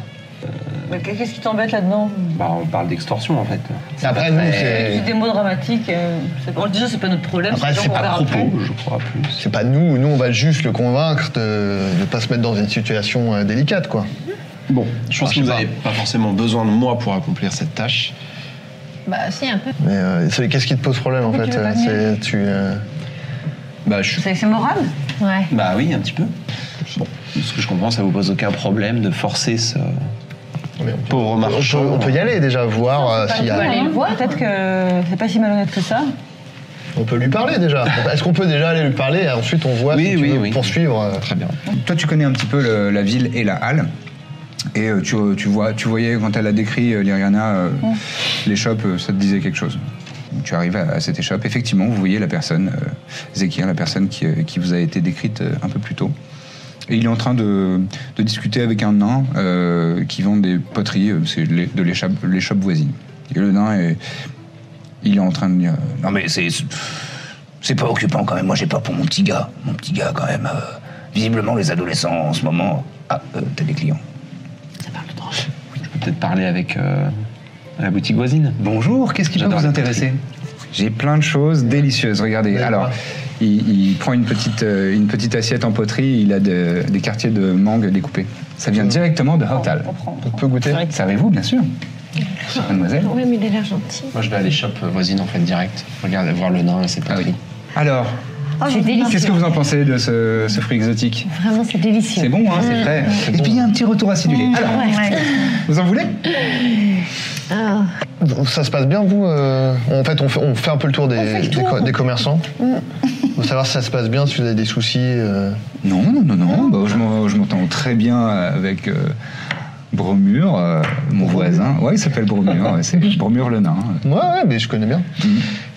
Speaker 4: Mais qu'est-ce qui t'embête là-dedans
Speaker 2: Bah, on parle d'extorsion en fait.
Speaker 3: Après, nous,
Speaker 4: C'est
Speaker 3: c'est.
Speaker 4: des mots dramatiques. euh, c'est- bon, déjà, c'est pas notre problème.
Speaker 3: Après,
Speaker 4: des gens
Speaker 3: c'est
Speaker 4: qu'on
Speaker 3: pas
Speaker 4: verra plus.
Speaker 2: Propos, je crois, plus.
Speaker 3: C'est pas nous, nous on va juste le convaincre de ne pas se mettre dans une situation euh, délicate quoi.
Speaker 2: Bon, je pense que
Speaker 3: Ah, je sais
Speaker 2: vous
Speaker 3: pas.
Speaker 2: n'avez pas forcément besoin de moi pour accomplir cette tâche.
Speaker 5: Bah, si, un peu.
Speaker 3: Mais euh, c'est- qu'est-ce qui te pose problème en
Speaker 4: Mais
Speaker 3: fait
Speaker 4: tu veux
Speaker 3: euh, C'est
Speaker 4: pas
Speaker 3: tu. euh,
Speaker 2: Bah, je suis.
Speaker 4: C'est c'est moral
Speaker 5: Ouais.
Speaker 2: Bah oui, un petit peu. Bon, de ce que je comprends, ça vous pose aucun problème de forcer ce pauvre
Speaker 3: on, peut,
Speaker 2: marchand.
Speaker 3: on peut y aller déjà voir euh, s'il y
Speaker 5: pas
Speaker 3: a.
Speaker 5: aller le voir.
Speaker 4: Peut-être que c'est pas si malhonnête que ça.
Speaker 3: On peut lui parler déjà. Est-ce qu'on peut déjà aller lui parler et ensuite on voit
Speaker 2: Oui,
Speaker 3: si tu
Speaker 2: oui,
Speaker 3: veux
Speaker 2: oui.
Speaker 3: poursuivre. euh,
Speaker 2: Très bien.
Speaker 1: Toi, tu connais un petit peu le- la ville et la halle. Et euh, tu, tu vois, tu voyais quand elle a décrit euh, Liriana, euh, l'échoppe, euh, ça te disait quelque chose. Tu arrives à, à cette échoppe. Effectivement, vous voyez la personne, euh, Zekir, la personne qui, euh, qui vous a été décrite euh, un peu plus tôt. Et il est en train de, de discuter avec un nain euh, qui vend des poteries, euh, c'est de l'é- de l'échoppe l'échoppe voisine. Et le nain est, il est en train de dire euh, Non, mais c'est.
Speaker 7: C'est pas occupant quand même, moi j'ai peur pour mon petit gars. Mon petit gars quand même. euh, visiblement les adolescents en ce moment. Ah, euh, t'as des clients.
Speaker 2: Je peux peut-être parler avec euh, la boutique voisine.
Speaker 1: Bonjour, qu'est-ce qui peut
Speaker 2: J'adore
Speaker 1: vous
Speaker 2: les
Speaker 1: intéresser J'ai plein de choses délicieuses, regardez.
Speaker 3: D'accord.
Speaker 1: Alors, il, il prend une petite, euh, une petite assiette en poterie, il a de- des quartiers de mangue découpés. Ça vient directement de Hotal.
Speaker 3: On peut goûter.
Speaker 1: Savez-vous, bien sûr Mademoiselle
Speaker 5: Ouais, mais il a l'air gentil.
Speaker 2: Moi, je vais à l'échoppe voisine en fait direct. Regarde, voir le nain et ses
Speaker 1: Ah oui.
Speaker 2: poteries.
Speaker 1: Alors,
Speaker 5: c'est délicieux.
Speaker 1: qu'est-ce que vous en pensez de ce, ce fruit exotique
Speaker 5: Vraiment, c'est délicieux.
Speaker 1: C'est bon, hein, c'est frais. Et puis il y a un petit retour acidulé. Alors, *laughs* vous en voulez
Speaker 5: Ah.
Speaker 3: Ça se passe bien vous euh, En fait on, fait on fait un peu le tour hein. Mm. des, des co- des commerçants. Pour savoir si ça se passe bien, si vous avez des soucis. euh,
Speaker 1: Non, non, non, non. Bah, je m'en- je m'entends très bien avec euh, Bromure, euh, mon voisin. Ouais, il s'appelle Bromure. ouais,
Speaker 3: *laughs*
Speaker 1: c'est Bromure le nain.
Speaker 3: Ouais, ouais, mais je connais bien.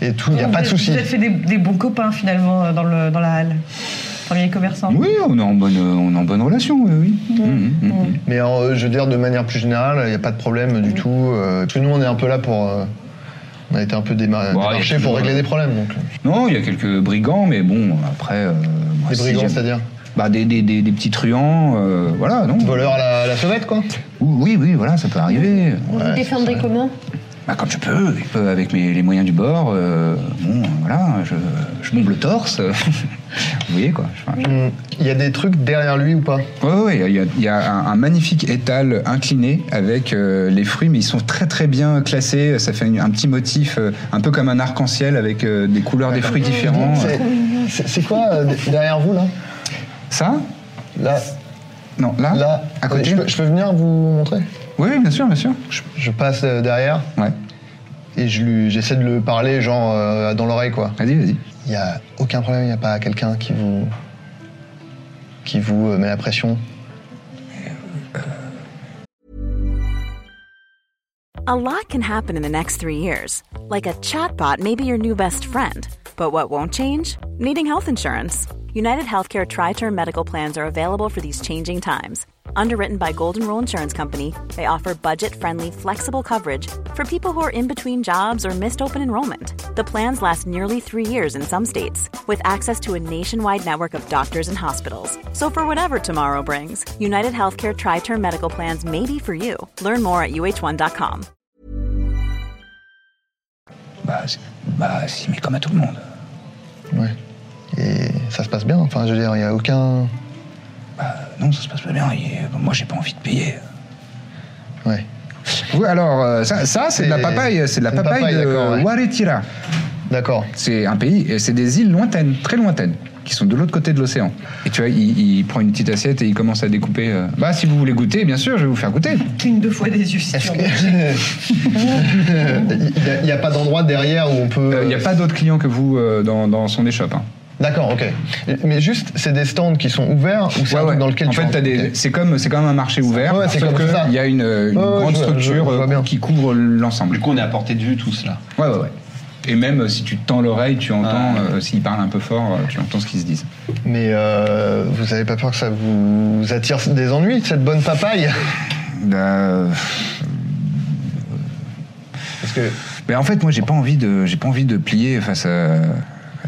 Speaker 3: Et tout, il n'y a pas de soucis.
Speaker 6: Vous avez fait des, des bons copains finalement euh, dans, le, dans la halle. Parmi les commerçants.
Speaker 1: Oui, on est en bonne, euh, on est en bonne relation, oui. oui. Mhm, mhm.
Speaker 3: Mais euh, je veux dire, de manière plus générale, il n'y a pas de problème du tout. euh, parce que nous, on est un peu là pour. euh, on a été un peu déma-
Speaker 1: Ouais,
Speaker 3: démarchés
Speaker 1: y a
Speaker 3: pour
Speaker 1: toujours,
Speaker 3: régler
Speaker 1: euh,
Speaker 3: des problèmes. Donc.
Speaker 1: Non, il y a quelques brigands, mais bon, après. euh, moi,
Speaker 3: Des
Speaker 1: si
Speaker 3: brigands,
Speaker 1: j'aime-
Speaker 3: c'est-à-dire
Speaker 1: bah, des, des, des, des petits truands, euh, voilà, non
Speaker 3: Voleurs à la, à la sauvette, quoi.
Speaker 1: Oui, oui, voilà, ça peut arriver.
Speaker 5: Vous vous défendez comment
Speaker 1: Bah, quand je peux, je peux avec mes, les moyens du bord, euh, bon, voilà, je, je bombe le torse. *laughs* Vous voyez, quoi. je- je-
Speaker 3: Hmm. Il y a des trucs derrière lui ou pas
Speaker 1: Oui, il y a, il y a un, un magnifique étal incliné avec euh, les fruits, mais ils sont très très bien classés. Ça fait une- un petit motif, euh, un peu comme un arc-en-ciel avec euh, des couleurs des fruits différents.
Speaker 3: C'est- C'est c'est quoi euh, de- derrière vous, là
Speaker 1: Ça
Speaker 3: Là,
Speaker 1: Non, là
Speaker 3: là.
Speaker 1: Hein À côté
Speaker 3: Je peux, je peux venir vous montrer
Speaker 1: Oui, bien sûr, bien sûr.
Speaker 3: je, je passe euh, derrière
Speaker 1: Ouais,
Speaker 3: et je lui- j'essaie de le parler, genre, euh, dans l'oreille, quoi.
Speaker 1: vas-y, vas-y.
Speaker 3: Il n'y a aucun problème, il n'y a pas quelqu'un qui vous. qui vous euh, met la pression.
Speaker 8: A lot can happen in the next three years. Like a chatbot may be your new best friend. But what won't change? Needing health insurance. United Healthcare Tri Term Medical Plans are available for these changing times. Underwritten by Golden Rule Insurance Company, they offer budget friendly, flexible coverage for people who are in between jobs or missed open enrollment. The plans last nearly three years in some states, with access to a nationwide network of doctors and hospitals. So, for whatever tomorrow brings, United Healthcare Tri Term Medical Plans may be for you. Learn more at uh1.com.
Speaker 7: Bah, c'est- bah si, mais comme à tout le monde.
Speaker 3: Ouais. Et ça se passe bien. Enfin, je veux dire, il n'y a aucun.
Speaker 7: Bah, Non, ça se passe pas bien. et, euh, moi j'ai pas envie de payer.
Speaker 3: Ouais.
Speaker 1: Oui, alors, euh, ça, ça, c'est de la
Speaker 3: C'est-
Speaker 1: papaye, c'est de la
Speaker 3: c'est une
Speaker 1: papaye,
Speaker 3: papaye, d'accord,
Speaker 1: de
Speaker 3: ouais.
Speaker 1: Waretira.
Speaker 3: D'accord.
Speaker 1: C'est un pays, et c'est des îles lointaines, très lointaines, qui sont de l'autre côté de l'océan. Et tu vois, il, il prend une petite assiette et il commence à découper. euh, bah, si vous voulez goûter, bien sûr, je vais vous faire goûter.
Speaker 6: Cligne deux fois des yeux. si tu veux.
Speaker 3: Il n'y a, pas d'endroit derrière où on peut.
Speaker 1: Euh,
Speaker 3: euh,
Speaker 1: Il n'y a pas d'autres clients que vous euh, dans, dans son échoppe. hein.
Speaker 3: D'accord, ok. Mais juste, c'est des stands qui sont ouverts ou c'est un
Speaker 1: Ouais,
Speaker 3: truc
Speaker 1: ouais.
Speaker 3: dans lequel
Speaker 1: en
Speaker 3: tu
Speaker 1: fait,
Speaker 3: rentres
Speaker 1: t'as des-
Speaker 3: Ok.
Speaker 1: c'est comme c'est comme un marché ouvert.
Speaker 3: Ouais, c'est
Speaker 1: sauf
Speaker 3: comme
Speaker 1: que
Speaker 3: ça.
Speaker 1: Il y a une, une
Speaker 3: Ouais, ouais,
Speaker 1: grande
Speaker 3: je vois- je-
Speaker 1: structure
Speaker 3: je vois bien.
Speaker 1: euh, qui couvre l'ensemble.
Speaker 2: Du coup, on est à portée de vue tout cela.
Speaker 1: Ouais, ouais, ouais. Et même euh, si tu tends l'oreille, tu entends
Speaker 2: Ah.
Speaker 1: euh, s'ils parlent un peu fort, euh, tu entends ce qu'ils se disent.
Speaker 3: Mais euh, vous n'avez pas peur que ça vous attire des ennuis, cette bonne papaye Parce que
Speaker 1: Mais Ben, en fait, moi, j'ai pas envie de j'ai pas envie de plier face à, à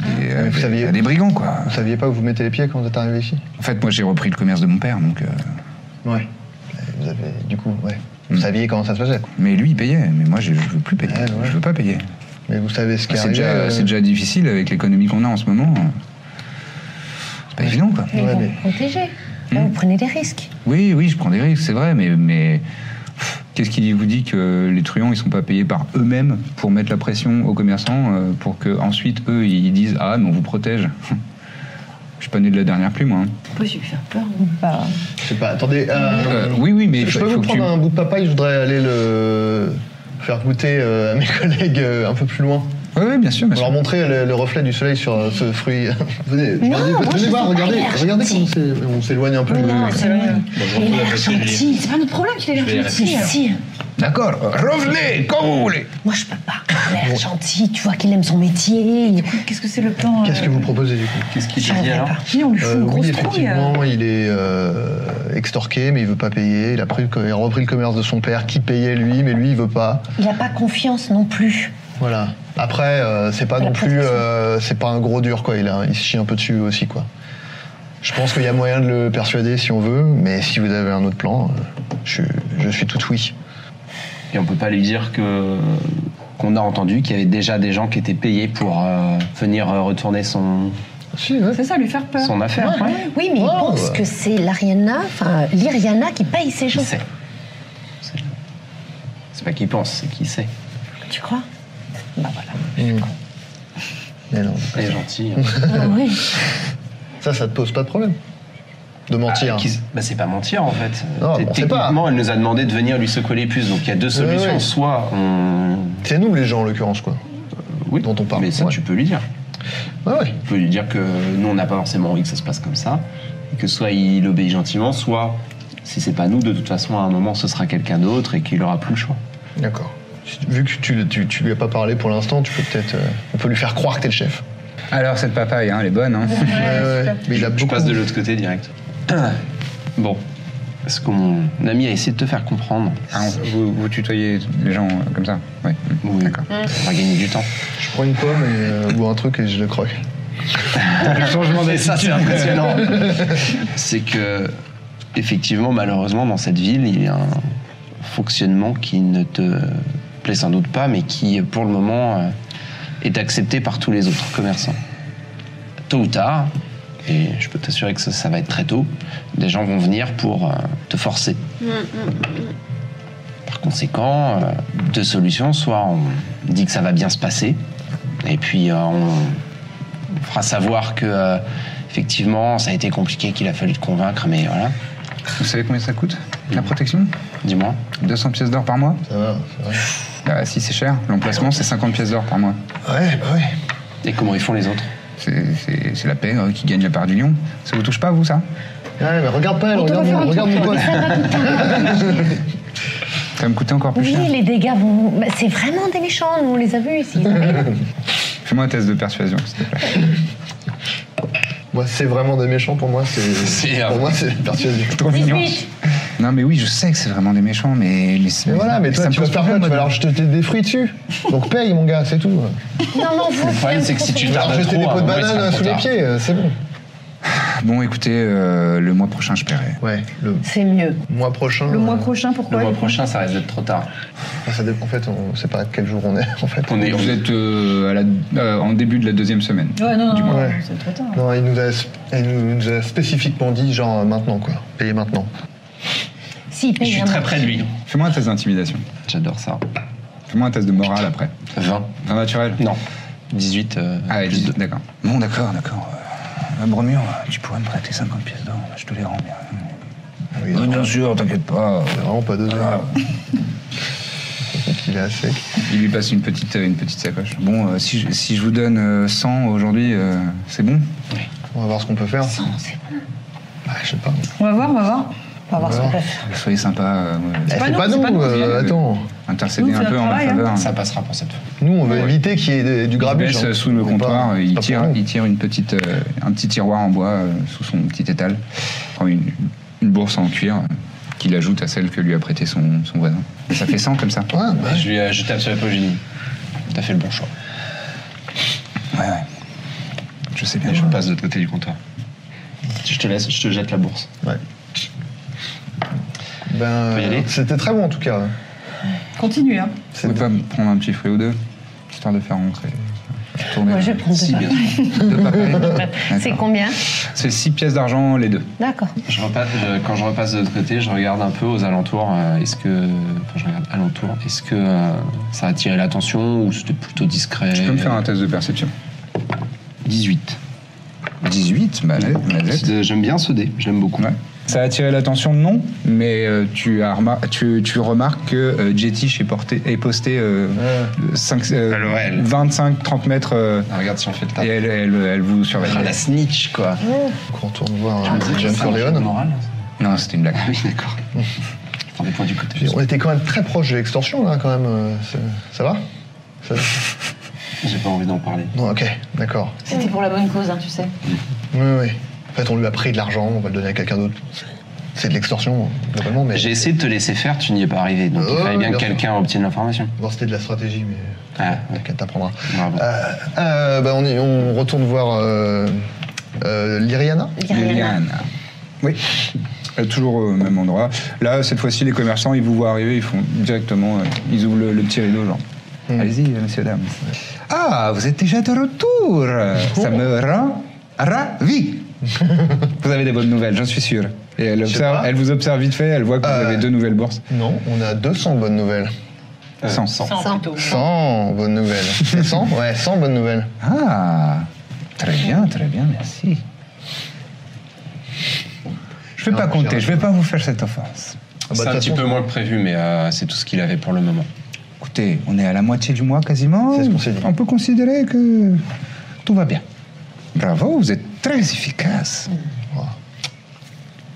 Speaker 1: des, à
Speaker 3: Ah, vous
Speaker 1: des-
Speaker 3: saviez-
Speaker 1: à des brigands, quoi.
Speaker 3: vous saviez pas où vous mettez les pieds quand vous êtes arrivé ici
Speaker 1: En fait, moi, j'ai repris le commerce de mon père, donc. euh,
Speaker 3: Ouais. Vous avez, du coup, ouais.
Speaker 1: Hmm.
Speaker 3: Vous saviez comment ça se passait.
Speaker 1: Mais lui, il payait. Mais moi, je, je veux plus payer. Je veux pas payer.
Speaker 3: Mais vous savez ce Ah, qui
Speaker 1: Ah, C'est
Speaker 3: arrivait,
Speaker 1: déjà,
Speaker 3: euh,
Speaker 1: c'est déjà difficile avec l'économie qu'on a en ce moment. C'est pas évident, quoi.
Speaker 5: Mais vous vous protégez. Là,
Speaker 1: Hmm.
Speaker 5: vous prenez des risques.
Speaker 1: Oui, oui, je prends des risques, c'est vrai, mais, mais pff, qu'est-ce qui vous dit que les truands, ils sont pas payés par eux-mêmes pour mettre la pression aux commerçants euh, pour que ensuite eux, ils disent ah mais on vous protège. *laughs* Je suis pas né de la dernière pluie, moi. hein.
Speaker 4: Peut lui faire peur ou pas
Speaker 3: Je sais pas, attendez. euh,
Speaker 1: Euh, oui, oui, mais il
Speaker 3: je peux
Speaker 1: faut-
Speaker 3: vous
Speaker 1: faut que tu-
Speaker 3: prendre un bout de papaye, je voudrais aller le faire goûter euh, à mes *laughs* collègues euh, un peu plus loin.
Speaker 1: Oui, bien sûr,
Speaker 3: Pour leur montrer le, le reflet du soleil sur euh, ce fruit. *laughs* venez, je
Speaker 5: Non,
Speaker 3: leur dis,
Speaker 5: moi, je
Speaker 3: venez voir,
Speaker 5: sais pas,
Speaker 3: regardez,
Speaker 5: il a l'air
Speaker 3: regardez comment c'est- on s'éloigne un peu.
Speaker 5: Non, non, c'est
Speaker 2: Bonjour,
Speaker 5: Il a l'air
Speaker 2: je vais
Speaker 5: gentil. C'est pas notre problème qu'il ait
Speaker 2: Je vais y
Speaker 5: l'air gentil. Si.
Speaker 7: D'accord,
Speaker 3: Euh,
Speaker 7: revenez quand vous voulez.
Speaker 5: Moi, je peux pas. Il a l'air gentil. Tu vois qu'il aime son métier. Il-
Speaker 6: Qu'est-ce que c'est le plan
Speaker 3: Qu'est-ce que
Speaker 4: euh,
Speaker 3: vous proposez du coup
Speaker 2: Qu'est-ce qu'il
Speaker 5: J'en
Speaker 2: dit
Speaker 5: reviens
Speaker 2: alors
Speaker 5: pas.
Speaker 6: Si, on lui fout
Speaker 3: Euh,
Speaker 6: une grosse
Speaker 3: oui,
Speaker 6: trouille. euh.
Speaker 3: effectivement, il est euh, extorqué, mais il veut pas payer. Il a, pris, il a repris le commerce de son père qui payait lui, mais lui il veut pas.
Speaker 5: Il a pas confiance non plus.
Speaker 3: Voilà. Après, euh, c'est pas
Speaker 5: La
Speaker 3: non plus,
Speaker 5: protection.
Speaker 3: euh, c'est pas un gros dur quoi. Il, a- il se chie un peu dessus aussi quoi. Je pense qu'il y a moyen de le persuader si on veut, mais si vous avez un autre plan, euh, je, suis- je suis tout oui.
Speaker 2: Et on peut pas lui dire que qu'on a entendu qu'il y avait déjà des gens qui étaient payés pour euh, venir euh, retourner son,
Speaker 3: Si, ouais.
Speaker 6: C'est ça, lui faire peur.
Speaker 2: son affaire. ouais.
Speaker 5: Oui, mais il
Speaker 3: Wow.
Speaker 5: pense que c'est l'Ariana, enfin l'Iriana qui paye ses
Speaker 2: Qui
Speaker 5: gens.
Speaker 2: sait C'est- C'est pas qui pense, c'est qui sait.
Speaker 5: Tu crois Bah voilà.
Speaker 3: Mm. Mais non.
Speaker 2: Elle est
Speaker 3: *laughs*
Speaker 2: gentille.
Speaker 3: Ah.
Speaker 5: oui.
Speaker 3: Ça, ça te pose pas de problème de mentir.
Speaker 2: Qui- bah, c'est pas mentir en fait.
Speaker 3: Non,
Speaker 2: T-
Speaker 3: on sait pas.
Speaker 2: Techniquement, elle nous a demandé de venir lui secouer les puces. Donc il y a deux solutions.
Speaker 3: ouais.
Speaker 2: Soit on.
Speaker 3: C'est nous les gens en l'occurrence quoi.
Speaker 2: Oui,
Speaker 3: Dont on parle,
Speaker 2: Mais ça,
Speaker 3: ouais.
Speaker 2: tu peux lui dire.
Speaker 3: Ouais, ouais.
Speaker 2: Tu peux lui dire que nous, on n'a pas forcément envie que ça se passe comme ça. Et que soit il obéit gentiment, soit si c'est pas nous, de toute façon, à un moment, ce sera quelqu'un d'autre et qu'il aura plus le choix.
Speaker 3: D'accord. Vu que tu, tu, tu lui as pas parlé pour l'instant, tu peux peut-être. euh, on peut lui faire croire que t'es le chef.
Speaker 1: Alors cette papaye, hein, elle est bonne.
Speaker 5: *laughs*
Speaker 1: Hein.
Speaker 3: Mais il a
Speaker 2: Je
Speaker 3: beaucoup.
Speaker 2: passe de l'autre côté direct. Bon. Est-ce que mon ami a essayé de te faire comprendre
Speaker 1: Ah, on- vous, vous tutoyez les gens euh, comme ça. Ouais. Mm.
Speaker 2: Oui.
Speaker 1: D'accord.
Speaker 2: On va gagner du temps.
Speaker 3: Je prends une pomme et, euh, ou un truc et je le croque.
Speaker 2: Le changement d'attitude. ça, c'est impressionnant. *laughs* c'est que, effectivement, malheureusement, dans cette ville, il y a un fonctionnement qui ne te plaît sans doute pas, mais qui, pour le moment, euh, est accepté par tous les autres commerçants. Tôt ou tard, et je peux t'assurer que ça, ça va être très tôt, des gens vont venir pour euh, te forcer. Par conséquent, euh, deux solutions. Soit on dit que ça va bien se passer, et puis euh, on fera savoir que euh, effectivement ça a été compliqué qu'il a fallu te convaincre mais voilà
Speaker 1: Vous savez combien ça coûte la protection
Speaker 2: dis-moi
Speaker 1: 200 pièces d'or par mois.
Speaker 3: Ça va, c'est vrai.
Speaker 1: Ah, si c'est cher, l'emplacement c'est 50 pièces d'or par mois.
Speaker 3: Ouais, bah ouais.
Speaker 2: et comment ils font les autres
Speaker 1: C'est- C'est c'est la paix euh, qui gagne la part du lion. Ça vous touche pas vous ça
Speaker 3: Ah Ouais, mais regarde pas elle,
Speaker 5: On te
Speaker 3: regarde,
Speaker 5: refait
Speaker 3: mon-
Speaker 5: un
Speaker 3: regarde
Speaker 5: truc,
Speaker 3: mon pote.
Speaker 5: ça va, putain.
Speaker 1: Ça va me coûter encore plus
Speaker 5: Oui,
Speaker 1: cher.
Speaker 5: les dégâts vont. bah, c'est vraiment des méchants, nous on les a vus ici.
Speaker 1: Fais-moi un test de persuasion. s'il te plaît.
Speaker 3: Moi, c'est vraiment des méchants pour moi,
Speaker 2: *laughs* C'est,
Speaker 3: c'est.
Speaker 2: euh,
Speaker 3: Pour moi, c'est persuasif.
Speaker 1: Trop mignon. Non mais oui, je sais que c'est vraiment des méchants, mais mais, c'est-
Speaker 3: Mais voilà, mais toi,
Speaker 1: ça me
Speaker 3: tu vas
Speaker 1: pose
Speaker 3: faire quoi
Speaker 1: problème,
Speaker 3: Tu vas
Speaker 1: moi,
Speaker 3: leur jeter des fruits dessus. Donc paye, mon gars, c'est tout.
Speaker 5: Non, non, vous.
Speaker 2: le problème c'est que si tu
Speaker 3: Tu vas
Speaker 2: tardes
Speaker 3: leur jeter
Speaker 2: trop
Speaker 3: des
Speaker 2: à un
Speaker 3: pots de
Speaker 2: moment, il sera
Speaker 3: banane
Speaker 2: trop
Speaker 3: sous les
Speaker 2: tard.
Speaker 3: pieds, euh, c'est bon.
Speaker 1: Bon, écoutez, euh, le mois prochain, je paierai.
Speaker 3: Ouais, le
Speaker 5: C'est mieux.
Speaker 3: mois prochain.
Speaker 6: Le mois
Speaker 3: euh,
Speaker 6: prochain,
Speaker 2: le
Speaker 6: pourquoi
Speaker 2: mois prochain ça risque d'être trop tard
Speaker 3: ça dépend, en fait, on sait pas quel jour on est, *laughs* en fait.
Speaker 2: on est on-
Speaker 1: Vous êtes euh, à la- euh, en début de la deuxième semaine.
Speaker 6: Ouais, non, non, non,
Speaker 3: Ouais.
Speaker 6: c'est trop tard.
Speaker 3: Non, il nous, a, il nous- il nous a spécifiquement dit, genre, euh, maintenant, quoi. Payez maintenant.
Speaker 5: Si, il
Speaker 2: je
Speaker 5: paye
Speaker 2: suis
Speaker 5: vraiment.
Speaker 2: très près de lui
Speaker 1: Fais-moi un test d'intimidation.
Speaker 2: j'adore ça
Speaker 1: Fais-moi un test de morale après.
Speaker 2: 20
Speaker 1: Vin naturel
Speaker 2: non 18 euh,
Speaker 1: Ah, ouais,
Speaker 2: plus
Speaker 1: dis-
Speaker 2: deux.
Speaker 1: d'accord. Bon, d'accord, d'accord. Euh, Bromure, tu pourrais me prêter 50 pièces d'or Je te les rends bien.
Speaker 3: Oui,
Speaker 7: Oui, bien sûr, t'inquiète pas.
Speaker 3: Vraiment pas deux
Speaker 1: Ah.
Speaker 3: heures. Il est à sec.
Speaker 1: Il lui passe une petite, euh, une petite sacoche. Bon, euh, si, je, si je vous donne euh, 100 aujourd'hui, euh, c'est bon
Speaker 3: On va voir ce qu'on peut faire.
Speaker 5: Non, c'est bon.
Speaker 3: Bah, je sais pas.
Speaker 6: On va voir, on va voir.
Speaker 5: On va voir ce qu'on peut faire.
Speaker 1: Soyez sympa. euh,
Speaker 3: Eh,
Speaker 1: ouais.
Speaker 6: pas
Speaker 3: C'est
Speaker 6: nous,
Speaker 3: pas
Speaker 6: c'est
Speaker 3: nous,
Speaker 6: pas nous.
Speaker 3: euh, attends.
Speaker 1: Intercédez
Speaker 6: Nous,
Speaker 1: un
Speaker 6: c'est
Speaker 1: peu
Speaker 6: notre
Speaker 1: en ma
Speaker 6: travail, hein.
Speaker 1: faveur.
Speaker 2: ça passera pour cette fois
Speaker 3: Nous, on veut
Speaker 1: Ouais.
Speaker 3: éviter qu'il y ait des- du
Speaker 1: Il
Speaker 3: grabuge.
Speaker 1: baisse
Speaker 3: hein.
Speaker 1: sous le
Speaker 3: C'est
Speaker 1: comptoir, euh,
Speaker 3: pas- c'est
Speaker 1: il,
Speaker 3: pas
Speaker 1: tire,
Speaker 3: pour nous.
Speaker 1: il tire une petite, euh, un petit tiroir en bois euh, sous son petit étal, prend une, une bourse en cuir euh, qu'il ajoute à celle que lui a prêtée son, son voisin. Et ça fait 100 comme ça. Ouais,
Speaker 3: Ouais, bah,
Speaker 2: je lui euh, je tape sur l'épaule je lui dis t'as fait le bon choix
Speaker 1: ouais. Je sais bien.
Speaker 2: et je passe de l'autre côté du comptoir je te laisse je te jette la bourse
Speaker 3: ouais.
Speaker 2: on peut y aller.
Speaker 3: Ben, C'était très bon en tout cas.
Speaker 6: Continue, hein.
Speaker 1: Vous pouvez pas me prendre un petit fruit ou deux Histoire de faire rentrer. euh, Tourner.
Speaker 5: Moi, je prends
Speaker 1: Si,
Speaker 5: deux.
Speaker 1: bien sûr.
Speaker 5: *laughs*
Speaker 1: Deux papaye.
Speaker 5: C'est
Speaker 1: D'accord.
Speaker 5: combien
Speaker 1: C'est 6 pièces d'argent les deux.
Speaker 5: D'accord.
Speaker 2: Je repasse- je- quand je repasse de l'autre côté, je regarde un peu aux alentours. euh, est-ce que. Enfin, je regarde alentour. Est-ce que euh, ça a attiré l'attention ou c'était plutôt discret
Speaker 1: Tu peux me faire un test de perception
Speaker 2: 18.
Speaker 1: 18 bah, allez, vas-y.
Speaker 2: C'est- J'aime bien ce dé, je l'aime beaucoup.
Speaker 1: Ouais. Ça a attiré l'attention, non, mais euh, tu, as remar- tu, tu remarques que euh, Jettish est, porté, est posté euh, cinq- euh,
Speaker 2: Alors, elle.
Speaker 1: 25-30 mètres euh,
Speaker 2: Ah, regarde si on fait le tas.
Speaker 1: et elle, elle- elle vous surveille.
Speaker 2: Ah, la snitch, quoi.
Speaker 3: Qu'on retourne voir
Speaker 2: Ah,
Speaker 3: euh, James
Speaker 2: ça marche
Speaker 3: Corleone.
Speaker 2: le moral.
Speaker 1: Non, c'était une blague.
Speaker 2: Ah oui, *laughs* d'accord. Je prends des points du côté.
Speaker 3: Puis On était quand même très proche de l'extorsion là, quand même. euh, c'est- Ça va Ça-
Speaker 2: *laughs* J'ai pas envie d'en parler.
Speaker 3: Non, ok, d'accord.
Speaker 4: C'était pour la bonne cause, hein, tu sais.
Speaker 3: Oui, oui. En fait, on lui a pris de l'argent, on va le donner à quelqu'un d'autre. C'est- C'est de l'extorsion, globalement, mais.
Speaker 2: J'ai essayé de te laisser faire, tu n'y es pas arrivé. Donc il
Speaker 3: Oh,
Speaker 2: fallait bien que
Speaker 3: bien sûr.
Speaker 2: quelqu'un obtienne l'information.
Speaker 3: Bon, c'était de la stratégie, mais.
Speaker 2: Ah, ouais.
Speaker 3: T'inquiète, t'apprendras.
Speaker 2: Bravo.
Speaker 3: Euh, euh, bah, on, y- on retourne voir euh, euh, Liriana.
Speaker 1: Liliana. Oui. Euh, toujours au même endroit. Là, cette fois-ci, les commerçants, ils vous voient arriver, ils font directement, euh, ils ouvrent le, le petit rideau, genre.
Speaker 3: Hmm.
Speaker 1: Allez-y, euh, messieurs, dames. Ah, vous êtes déjà de retour.
Speaker 3: Oh.
Speaker 1: Ça me rend
Speaker 3: *laughs*
Speaker 1: ravi. vous avez des bonnes nouvelles, j'en suis sûr. Et elle, observe-
Speaker 3: pas.
Speaker 1: elle vous observe vite fait, elle voit que vous
Speaker 3: Euh.
Speaker 1: avez deux nouvelles bourses.
Speaker 3: Non, on a 200 bonnes nouvelles. euh,
Speaker 1: Sans.
Speaker 5: Cent.
Speaker 3: 100 bonnes nouvelles. *laughs* C'est 100 Ouais, 100 bonnes nouvelles.
Speaker 1: Ah, très bien, très bien, merci. Je ne vais
Speaker 3: Non,
Speaker 1: pas
Speaker 3: j'ai
Speaker 1: compter,
Speaker 3: raison.
Speaker 1: je ne vais pas vous faire cette offense.
Speaker 3: Ah, bah,
Speaker 2: C'est
Speaker 3: de
Speaker 2: un
Speaker 3: toute
Speaker 2: petit
Speaker 3: façon,
Speaker 2: peu moins que prévu, mais euh, c'est tout ce qu'il avait pour le moment.
Speaker 1: Écoutez, on est à la moitié du mois quasiment.
Speaker 3: C'est ce qu'on s'est dit.
Speaker 1: On peut considérer que tout va bien. Bravo, vous êtes très efficace.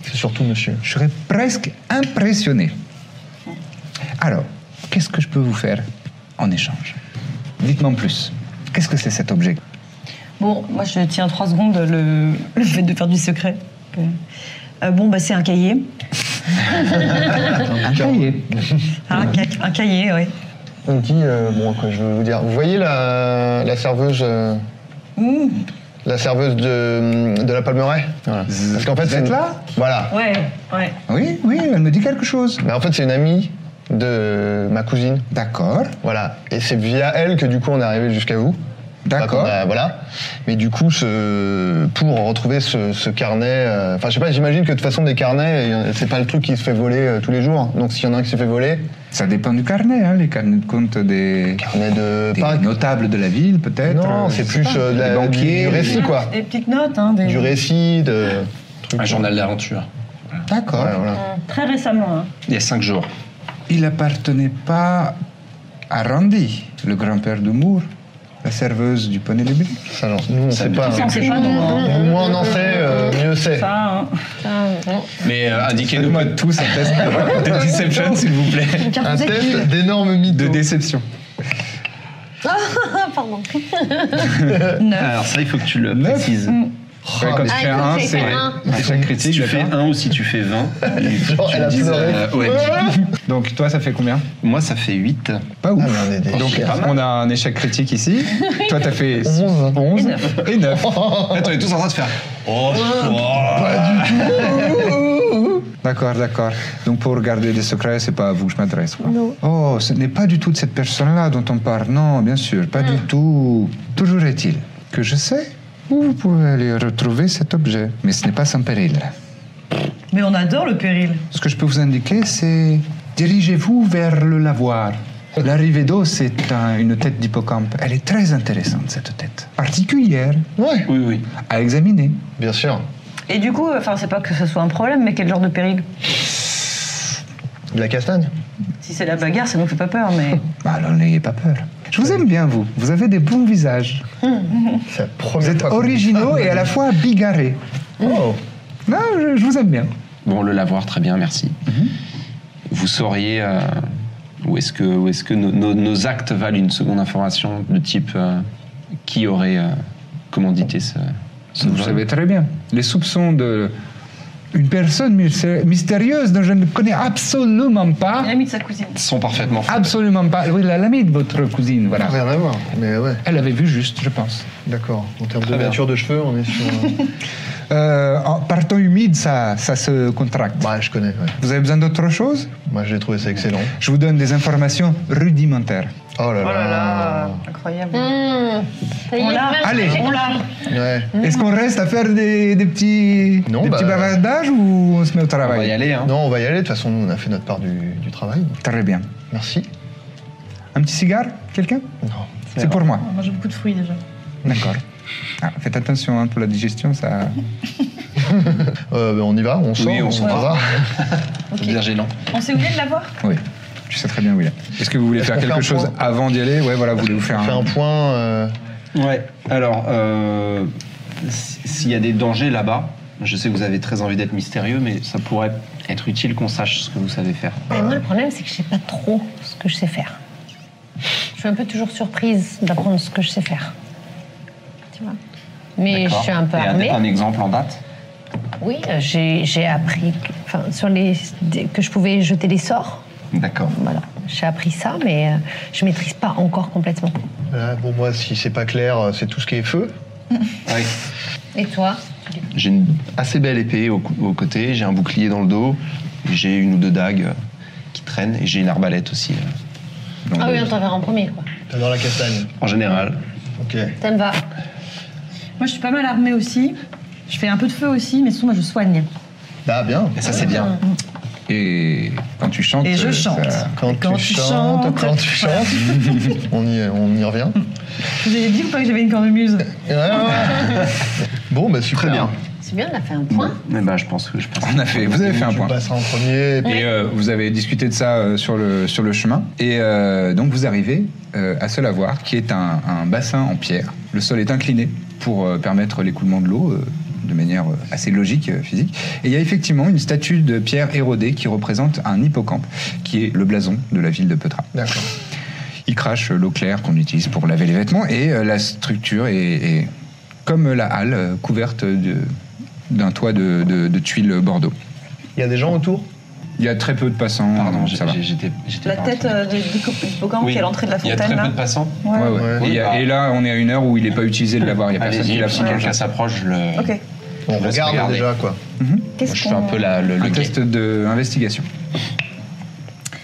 Speaker 3: C'est surtout monsieur.
Speaker 1: Je serais presque impressionné. Alors, qu'est-ce que je peux vous faire en échange Dites-moi en plus. Qu'est-ce que c'est cet objet
Speaker 4: Bon, moi je tiens trois secondes le, le fait de faire du secret. Euh, euh, bon, bah c'est un cahier.
Speaker 1: Un cahier.
Speaker 4: Un, ca- Hein, un cahier, oui.
Speaker 3: On dit, euh, bon, quoi, je veux vous dire. Vous voyez la, la serveuse. euh,
Speaker 1: Mmh.
Speaker 3: La serveuse de, de la Palmeraie Voilà. Parce qu'en fait,
Speaker 1: Vous
Speaker 3: c'est
Speaker 1: êtes
Speaker 3: une-
Speaker 1: là
Speaker 3: Voilà.
Speaker 4: Ouais, ouais.
Speaker 1: Oui, oui, elle me dit quelque chose.
Speaker 3: Mais en fait, c'est une amie de ma cousine.
Speaker 1: D'accord.
Speaker 3: Voilà. Et c'est via elle que du coup on est arrivé jusqu'à vous.
Speaker 1: D'accord.
Speaker 3: Enfin, qu'on a- bah, voilà. Mais du coup, ce, pour retrouver ce, ce carnet, euh, enfin, je sais pas, j'imagine que de toute façon, des carnets, euh, c'est pas le truc qui se fait voler euh, tous les jours. Donc, s'il y en a un qui s'est fait voler,
Speaker 1: Ça dépend du carnet, hein, les carnets de compte des,
Speaker 3: carnet de
Speaker 1: des
Speaker 3: pas-
Speaker 1: notables de la ville, peut-être.
Speaker 3: Non,
Speaker 1: euh,
Speaker 3: c'est
Speaker 1: je sais
Speaker 3: plus,
Speaker 1: pas,
Speaker 3: euh, de
Speaker 1: des
Speaker 3: la-
Speaker 1: banquiers,
Speaker 3: du
Speaker 1: des-
Speaker 3: récit, quoi.
Speaker 4: Des petites notes, hein. Des...
Speaker 3: du récit, de. trucs-
Speaker 2: Un journal d'aventure.
Speaker 1: D'accord.
Speaker 3: Ouais, voilà.
Speaker 4: Très récemment, hein.
Speaker 2: Il y a cinq jours.
Speaker 1: Il appartenait pas à Randy, le grand-père de Moore, la serveuse du poney Libre.
Speaker 3: Ça, non, nous, on sait pas.
Speaker 4: Ça, on sait pas, nous, hein.
Speaker 3: Nous, moins on en sait, euh, mieux c'est.
Speaker 4: Ça, hein.
Speaker 2: Mais euh, indiquez-nous.
Speaker 1: Faites-moi tous un test de de deception, s'il vous plaît.
Speaker 3: Un test d'énorme mytho.
Speaker 1: De déception.
Speaker 5: Pardon.
Speaker 2: Alors ça, il faut que tu le
Speaker 1: Neuf.
Speaker 2: précises.
Speaker 1: Ouais, quand tu
Speaker 5: Ah,
Speaker 1: fais
Speaker 5: écoute,
Speaker 1: un,
Speaker 5: j'ai
Speaker 1: c'est
Speaker 5: fait un.
Speaker 1: échec
Speaker 2: Si
Speaker 1: critique.
Speaker 2: Mmh. tu fais
Speaker 1: d'accord.
Speaker 2: un ou si tu fais *laughs* 20, il faut
Speaker 3: Genre,
Speaker 2: que tu
Speaker 3: elle a
Speaker 2: dises,
Speaker 3: pleuré.
Speaker 2: euh, ouais.
Speaker 1: Donc toi, ça fait combien
Speaker 2: Moi, ça fait 8.
Speaker 1: Pas ouf.
Speaker 3: Ah, mais on est des
Speaker 1: Donc
Speaker 3: chiens.
Speaker 1: on a un échec critique ici. toi, t'as fait
Speaker 3: Onze.
Speaker 1: 11 et 9.
Speaker 2: Attends, on est tous en train de faire. Oh, pas du
Speaker 1: D'accord, d'accord. Donc pour garder des secrets, c'est pas à vous que je m'adresse. quoi. Oh, ce n'est pas du tout de cette personne-là dont on parle. Non, bien sûr, pas du tout. Toujours est-il que je sais où vous pouvez aller retrouver cet objet. Mais ce n'est pas sans péril.
Speaker 4: Mais on adore le péril.
Speaker 1: Ce que je peux vous indiquer, c'est dirigez-vous vers le lavoir. L'arrivée d'eau, c'est un- une tête d'hippocampe. Elle est très intéressante, cette tête. Particulière
Speaker 3: Ouais,
Speaker 2: Oui, oui.
Speaker 1: à examiner.
Speaker 3: bien sûr.
Speaker 4: Et du coup, enfin, c'est pas que ce soit un problème, mais quel genre de péril
Speaker 3: De la castagne.
Speaker 4: Si c'est la bagarre, ça nous fait pas peur, mais.
Speaker 1: Bah, alors n'ayez pas peur. Je vous aime bien, vous. Vous avez des bons visages.
Speaker 3: C'est la
Speaker 1: Vous
Speaker 3: première
Speaker 1: êtes
Speaker 3: fois qu'on dit
Speaker 1: originaux
Speaker 3: ça.
Speaker 1: et à la fois bigarrés.
Speaker 3: Oh.
Speaker 1: Non, je, je vous aime bien.
Speaker 2: Bon, le lavoir, très bien, merci. Vous sauriez euh, où est-ce que, où est-ce que nos, nos- nos actes valent une seconde information de type euh, qui aurait euh, commandité ce, ce
Speaker 1: Vous
Speaker 2: vol
Speaker 1: savez très bien. Les soupçons de une personne mystère- mystérieuse dont je ne connais absolument pas.
Speaker 4: L'ami de sa cousine.
Speaker 2: sont parfaitement
Speaker 1: Ah,
Speaker 2: faux.
Speaker 1: Absolument pas. Oui, la- l'amie de votre cousine, voilà.
Speaker 3: Rien à voir, mais ouais,
Speaker 1: Elle avait vu juste, je pense.
Speaker 3: d'accord. En termes de nature de cheveux, on est sur. euh, *laughs*
Speaker 1: Euh, en partant humide, ça, ça se contracte.
Speaker 3: bah,
Speaker 1: je connais. Vous avez besoin d'autre chose Moi, j'ai trouvé ça excellent. Je vous donne des informations rudimentaires. Oh là là.
Speaker 4: Incroyable.
Speaker 5: Ça y est,
Speaker 4: On l'a.
Speaker 5: j'ai pas-
Speaker 1: Allez.
Speaker 5: j'ai
Speaker 1: On
Speaker 5: compris.
Speaker 1: Est-ce qu'on reste à faire des, des petits, des petits bavardages ou bah, on se met au travail
Speaker 3: On va y aller.
Speaker 2: hein.
Speaker 3: Non, on va y aller. De toute façon, nous, on a fait notre part du, du travail.
Speaker 1: Très bien.
Speaker 3: Merci.
Speaker 1: Un petit cigare Quelqu'un
Speaker 3: Non.
Speaker 1: C'est pour moi.
Speaker 6: On mange beaucoup de fruits déjà.
Speaker 1: D'accord. Ah, faites attention hein, pour la digestion, ça.
Speaker 3: Euh, ben, on y va, on sort,
Speaker 1: Oui, on s'en va.
Speaker 6: Ok. bien
Speaker 1: gênant.
Speaker 6: On s'est oublié de l'avoir
Speaker 1: Oui, je sais très bien où il est. Est-ce que vous voulez
Speaker 3: Est-ce
Speaker 1: faire
Speaker 3: qu'on fait
Speaker 1: quelque
Speaker 3: un
Speaker 1: chose
Speaker 3: point
Speaker 1: avant d'y aller Ouais, voilà, vous voulez vous faire
Speaker 3: On fait un
Speaker 1: un.
Speaker 3: point. euh,
Speaker 2: Ouais, alors, euh, si- s'il y a des dangers là-bas, je sais que vous avez très envie d'être mystérieux, mais ça pourrait être utile qu'on sache ce que vous savez faire.
Speaker 5: Mais moi, le problème, c'est que je sais pas trop ce que je sais faire. Je suis un peu toujours surprise d'apprendre ce que je sais faire. Tu vois Mais je
Speaker 2: D'accord.
Speaker 5: suis un peu
Speaker 2: Et
Speaker 5: armée.
Speaker 2: Un, un exemple en date
Speaker 5: Oui, euh, j'ai j'ai appris que, enfin, sur les, des- que je pouvais jeter des sorts.
Speaker 2: D'accord.
Speaker 5: Voilà. J'ai appris ça, mais euh, je maîtrise pas encore complètement.
Speaker 3: voilà, pour moi, si c'est pas clair, euh, c'est tout ce qui est feu.
Speaker 2: Oui.
Speaker 5: Et toi
Speaker 2: J'ai une assez belle épée au, cou- au côté, j'ai un bouclier dans le dos, j'ai une ou deux dagues euh, qui traînent, et j'ai une arbalète aussi. euh, dans
Speaker 5: Ah
Speaker 2: le-
Speaker 5: oui, on t'en verra en premier, quoi.
Speaker 3: Dans la castagne.
Speaker 2: En général.
Speaker 3: Ok.
Speaker 5: Ça me va.
Speaker 6: Moi, je suis pas mal armée aussi. Je fais un peu de feu aussi, mais souvent, moi, je soigne.
Speaker 3: Ah, bien.
Speaker 2: Et ça, c'est bien.
Speaker 1: Et quand tu chantes.
Speaker 6: Et je
Speaker 1: euh,
Speaker 6: chante.
Speaker 1: ça-
Speaker 3: Quand,
Speaker 6: Quand
Speaker 3: tu,
Speaker 6: tu
Speaker 3: chantes,
Speaker 6: chantes.
Speaker 3: quand tu chantes, *laughs* on y, on y revient.
Speaker 6: Je Vous avez dit ou pas que j'avais une cornemuse
Speaker 3: Ouais, ouais. *laughs* bon, bah super.
Speaker 2: Très bien.
Speaker 5: C'est bien, on a fait un point.
Speaker 2: Mais bah, je pense que je pense.
Speaker 1: On a fait, vous avez fait un
Speaker 3: Tu
Speaker 1: point.
Speaker 3: passeras en premier. et puis-
Speaker 1: Et euh, vous avez discuté de ça euh, sur, le, sur le chemin. Et euh, donc vous arrivez euh, à Solavoir, qui est un, un bassin en pierre. Le sol est incliné pour euh, permettre l'écoulement de l'eau euh, de manière euh, assez logique, euh, physique. Et il y a effectivement une statue de pierre érodée qui représente un hippocampe, qui est le blason de la ville de Petra.
Speaker 3: D'accord.
Speaker 1: Il crache euh, l'eau claire qu'on utilise pour laver les vêtements et euh, la structure est, est comme la halle, euh, couverte de- d'un toit de, de- de tuiles bordeaux.
Speaker 3: Il y a des gens autour
Speaker 1: Il y a très peu de passants.
Speaker 2: Pardon, j'ai-
Speaker 1: ça va.
Speaker 2: j'ai- j'étais. j'étais
Speaker 4: La
Speaker 2: pas
Speaker 4: tête
Speaker 2: entendu.
Speaker 4: euh, de- du co- du Bocan
Speaker 2: Oui.
Speaker 4: qui est à l'entrée de la
Speaker 2: Il y a très
Speaker 4: fontaine.
Speaker 2: peu
Speaker 4: là.
Speaker 2: de passants.
Speaker 4: Ouais.
Speaker 1: Ouais, ouais.
Speaker 3: Ouais.
Speaker 1: Et, il y a- et là, on est à une heure où il n'est pas utilisé de l'avoir. Il n'y a personne qui
Speaker 2: Allez-y,
Speaker 1: l'a
Speaker 2: si quelqu'un s'approche, je le.
Speaker 4: Ok.
Speaker 3: On
Speaker 2: Laisse
Speaker 3: regarde
Speaker 2: regarder.
Speaker 3: déjà, quoi.
Speaker 2: Moi,
Speaker 4: Qu'est-ce
Speaker 2: je fais un
Speaker 4: qu'on...
Speaker 2: peu la, le, le
Speaker 1: Un
Speaker 2: guet.
Speaker 1: Ah, test d'investigation.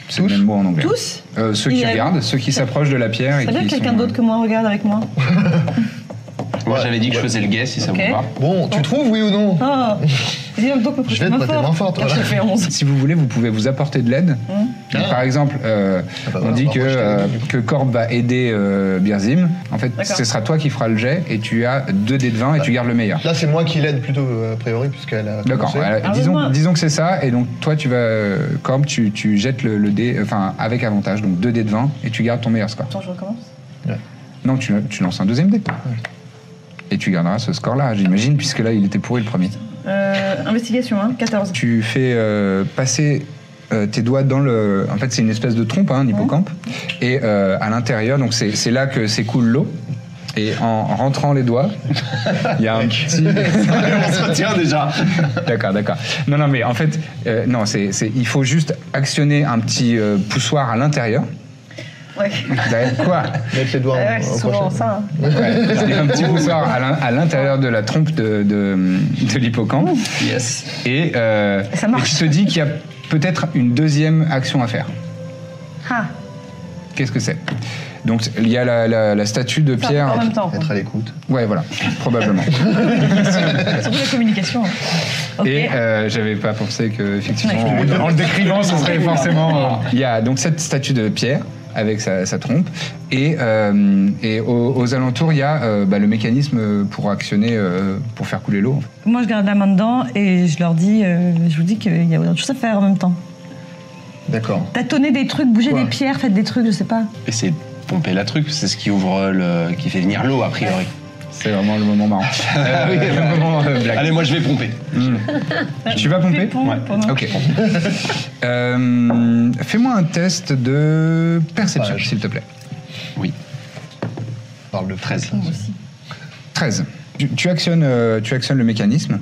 Speaker 1: C'est le même mot en anglais.
Speaker 6: Tous
Speaker 1: Euh, ceux qui
Speaker 6: Il a-
Speaker 1: regardent, ceux qui s'approchent de la pierre. et
Speaker 6: Ça veut dire
Speaker 1: Ah qui
Speaker 6: que quelqu'un
Speaker 1: sont-
Speaker 6: d'autre que moi regarde avec moi
Speaker 2: Moi, j'avais dit que je faisais le guet si ça
Speaker 6: Ok.
Speaker 2: vous va.
Speaker 3: Bon, tu trouves, oui ou non
Speaker 6: Ah Dis donc, me
Speaker 3: Je vais te
Speaker 6: main
Speaker 3: prêter
Speaker 6: forte.
Speaker 3: main forte,
Speaker 6: Ah, Je
Speaker 3: voilà.
Speaker 6: te fais 11.
Speaker 1: Si vous voulez, vous pouvez vous apporter de l'aide. Donc,
Speaker 3: Ah.
Speaker 1: Par exemple, euh,
Speaker 3: Ah bah
Speaker 1: on
Speaker 3: voilà,
Speaker 1: dit
Speaker 3: bah
Speaker 1: que,
Speaker 3: moi, je t'avais
Speaker 1: euh,
Speaker 3: dit, du coup.
Speaker 1: que Corbe va aider euh, Birzim. En fait,
Speaker 6: D'accord.
Speaker 1: ce sera toi qui feras le jet et tu as deux dés de 20 et tu gardes le meilleur.
Speaker 3: Là, c'est moi qui l'aide plutôt, euh, a priori, puisqu'elle a.
Speaker 1: D'accord.
Speaker 3: commencé.
Speaker 1: euh,
Speaker 6: Ah, mais
Speaker 1: disons,
Speaker 6: moi-
Speaker 1: disons que c'est ça. Et donc, toi, tu vas, euh, Corbe, tu, tu jettes le, le dé, enfin, avec avantage, donc 2 dés de 20, et tu gardes ton meilleur score.
Speaker 4: Attends, je recommence.
Speaker 1: Non, tu, tu lances un deuxième dé. Et tu garderas ce score-là, j'imagine, puisque là, il était pourri le premier.
Speaker 4: Euh, investigation, hein, 14.
Speaker 1: Tu fais euh, passer euh, tes doigts dans le. En fait, c'est une espèce de trompe, hein, un hippocampe. Et euh, à l'intérieur, donc c'est c'est là que s'écoule l'eau. Et en rentrant les
Speaker 2: *laughs*
Speaker 1: doigts, il y a un petit.
Speaker 2: On se retient déjà.
Speaker 1: *laughs* D'accord, d'accord. Non, non, mais en fait, euh, non, c'est, c'est- il faut juste actionner un petit euh, poussoir à l'intérieur.
Speaker 4: Ouais.
Speaker 1: Ben, Quoi
Speaker 3: Mettre les doigts
Speaker 4: Ouais, ouais,
Speaker 3: en-
Speaker 4: c'est
Speaker 3: au
Speaker 4: souvent
Speaker 3: crochet.
Speaker 4: ça. hein.
Speaker 1: Ouais, c'est un petit poussoir à l'in- à l'intérieur de la trompe de, de, de l'hippocampe.
Speaker 2: Yes.
Speaker 1: Et, euh,
Speaker 4: Ça
Speaker 1: et
Speaker 4: marche.
Speaker 1: tu te dis qu'il y a peut-être une deuxième action à faire.
Speaker 4: Ah,
Speaker 1: Qu'est-ce que c'est Donc il y a la, la- la statue de
Speaker 4: ça,
Speaker 1: pierre.
Speaker 4: en même temps. quoi.
Speaker 3: Être à l'écoute.
Speaker 1: Ouais, voilà, probablement.
Speaker 6: *laughs*
Speaker 4: Surtout la communication. hein. *laughs* Ok.
Speaker 1: Et euh, j'avais pas pensé que effectivement,
Speaker 4: Ouais.
Speaker 1: en, en le décrivant, ce serait forcément. euh, Il y a donc cette statue de pierre avec sa, sa trompe, et, euh, et aux, aux alentours, il y a euh, bah, le mécanisme pour actionner, euh, pour faire couler l'eau.
Speaker 6: Moi, je garde la main dedans et je leur dis, euh, je vous dis qu'il y a autre chose à faire en même temps.
Speaker 3: D'accord.
Speaker 6: Tâtonnez des trucs, bougez des pierres, faites des trucs, je sais pas.
Speaker 2: Essayez de pomper la truc, c'est ce qui ouvre euh, le. qui fait venir l'eau a priori.
Speaker 1: C'est vraiment le moment *laughs* marrant. Euh, le moment euh, blague.
Speaker 2: Allez, moi je vais pomper.
Speaker 1: Tu vas pomper
Speaker 6: Pépon,
Speaker 2: Ouais.
Speaker 6: pendant-
Speaker 1: Ok. *laughs* Euh, Fais-moi un test de perception,
Speaker 3: Page.
Speaker 1: s'il te plaît.
Speaker 2: Oui.
Speaker 3: On parle de
Speaker 2: 13.
Speaker 3: feu, ça.
Speaker 1: 13. Tu, tu actionnes, euh, tu actionnes le mécanisme,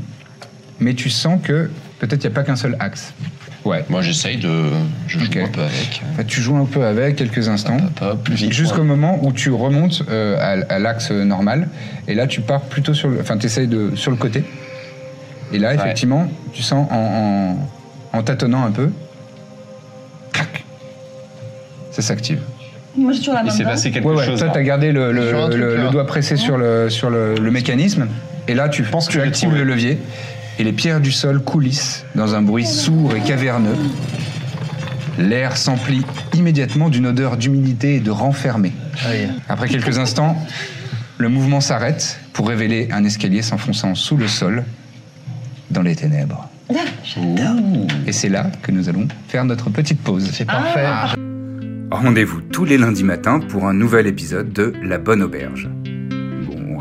Speaker 1: mais tu sens que peut-être il n'y a pas qu'un seul axe. Ouais.
Speaker 2: Moi j'essaye de. Je joue
Speaker 1: Ok. Hein
Speaker 2: un peu avec.
Speaker 1: Enfin, tu joues un peu avec quelques instants,
Speaker 2: Hop, hop, plus vite.
Speaker 1: jusqu'au
Speaker 2: Ouais.
Speaker 1: moment où tu remontes euh, à, à l'axe normal, et là tu pars plutôt sur le, enfin t'essayes de sur le côté, Et là, effectivement, tu sens en, en, en tâtonnant un peu, crac, ça s'active.
Speaker 4: Moi, j'ai toujours la main dedans.
Speaker 1: Ouais, ouais, Toi, t'as gardé le, le-
Speaker 3: Sur un truc,
Speaker 1: le- le
Speaker 3: là.
Speaker 1: doigt pressé sur le, sur le, le mécanisme, et là, tu, penses tu actives le levier, et les pierres du sol coulissent dans un bruit sourd et caverneux. L'air s'emplit immédiatement d'une odeur d'humidité et de renfermé.
Speaker 3: Aïe.
Speaker 1: Après quelques instants, le mouvement s'arrête pour révéler un escalier s'enfonçant sous le sol dans les ténèbres. Et c'est là que nous allons faire notre petite pause.
Speaker 3: C'est parfait.
Speaker 9: Rendez-vous tous les lundis matins pour un nouvel épisode de La Bonne Auberge. Bon,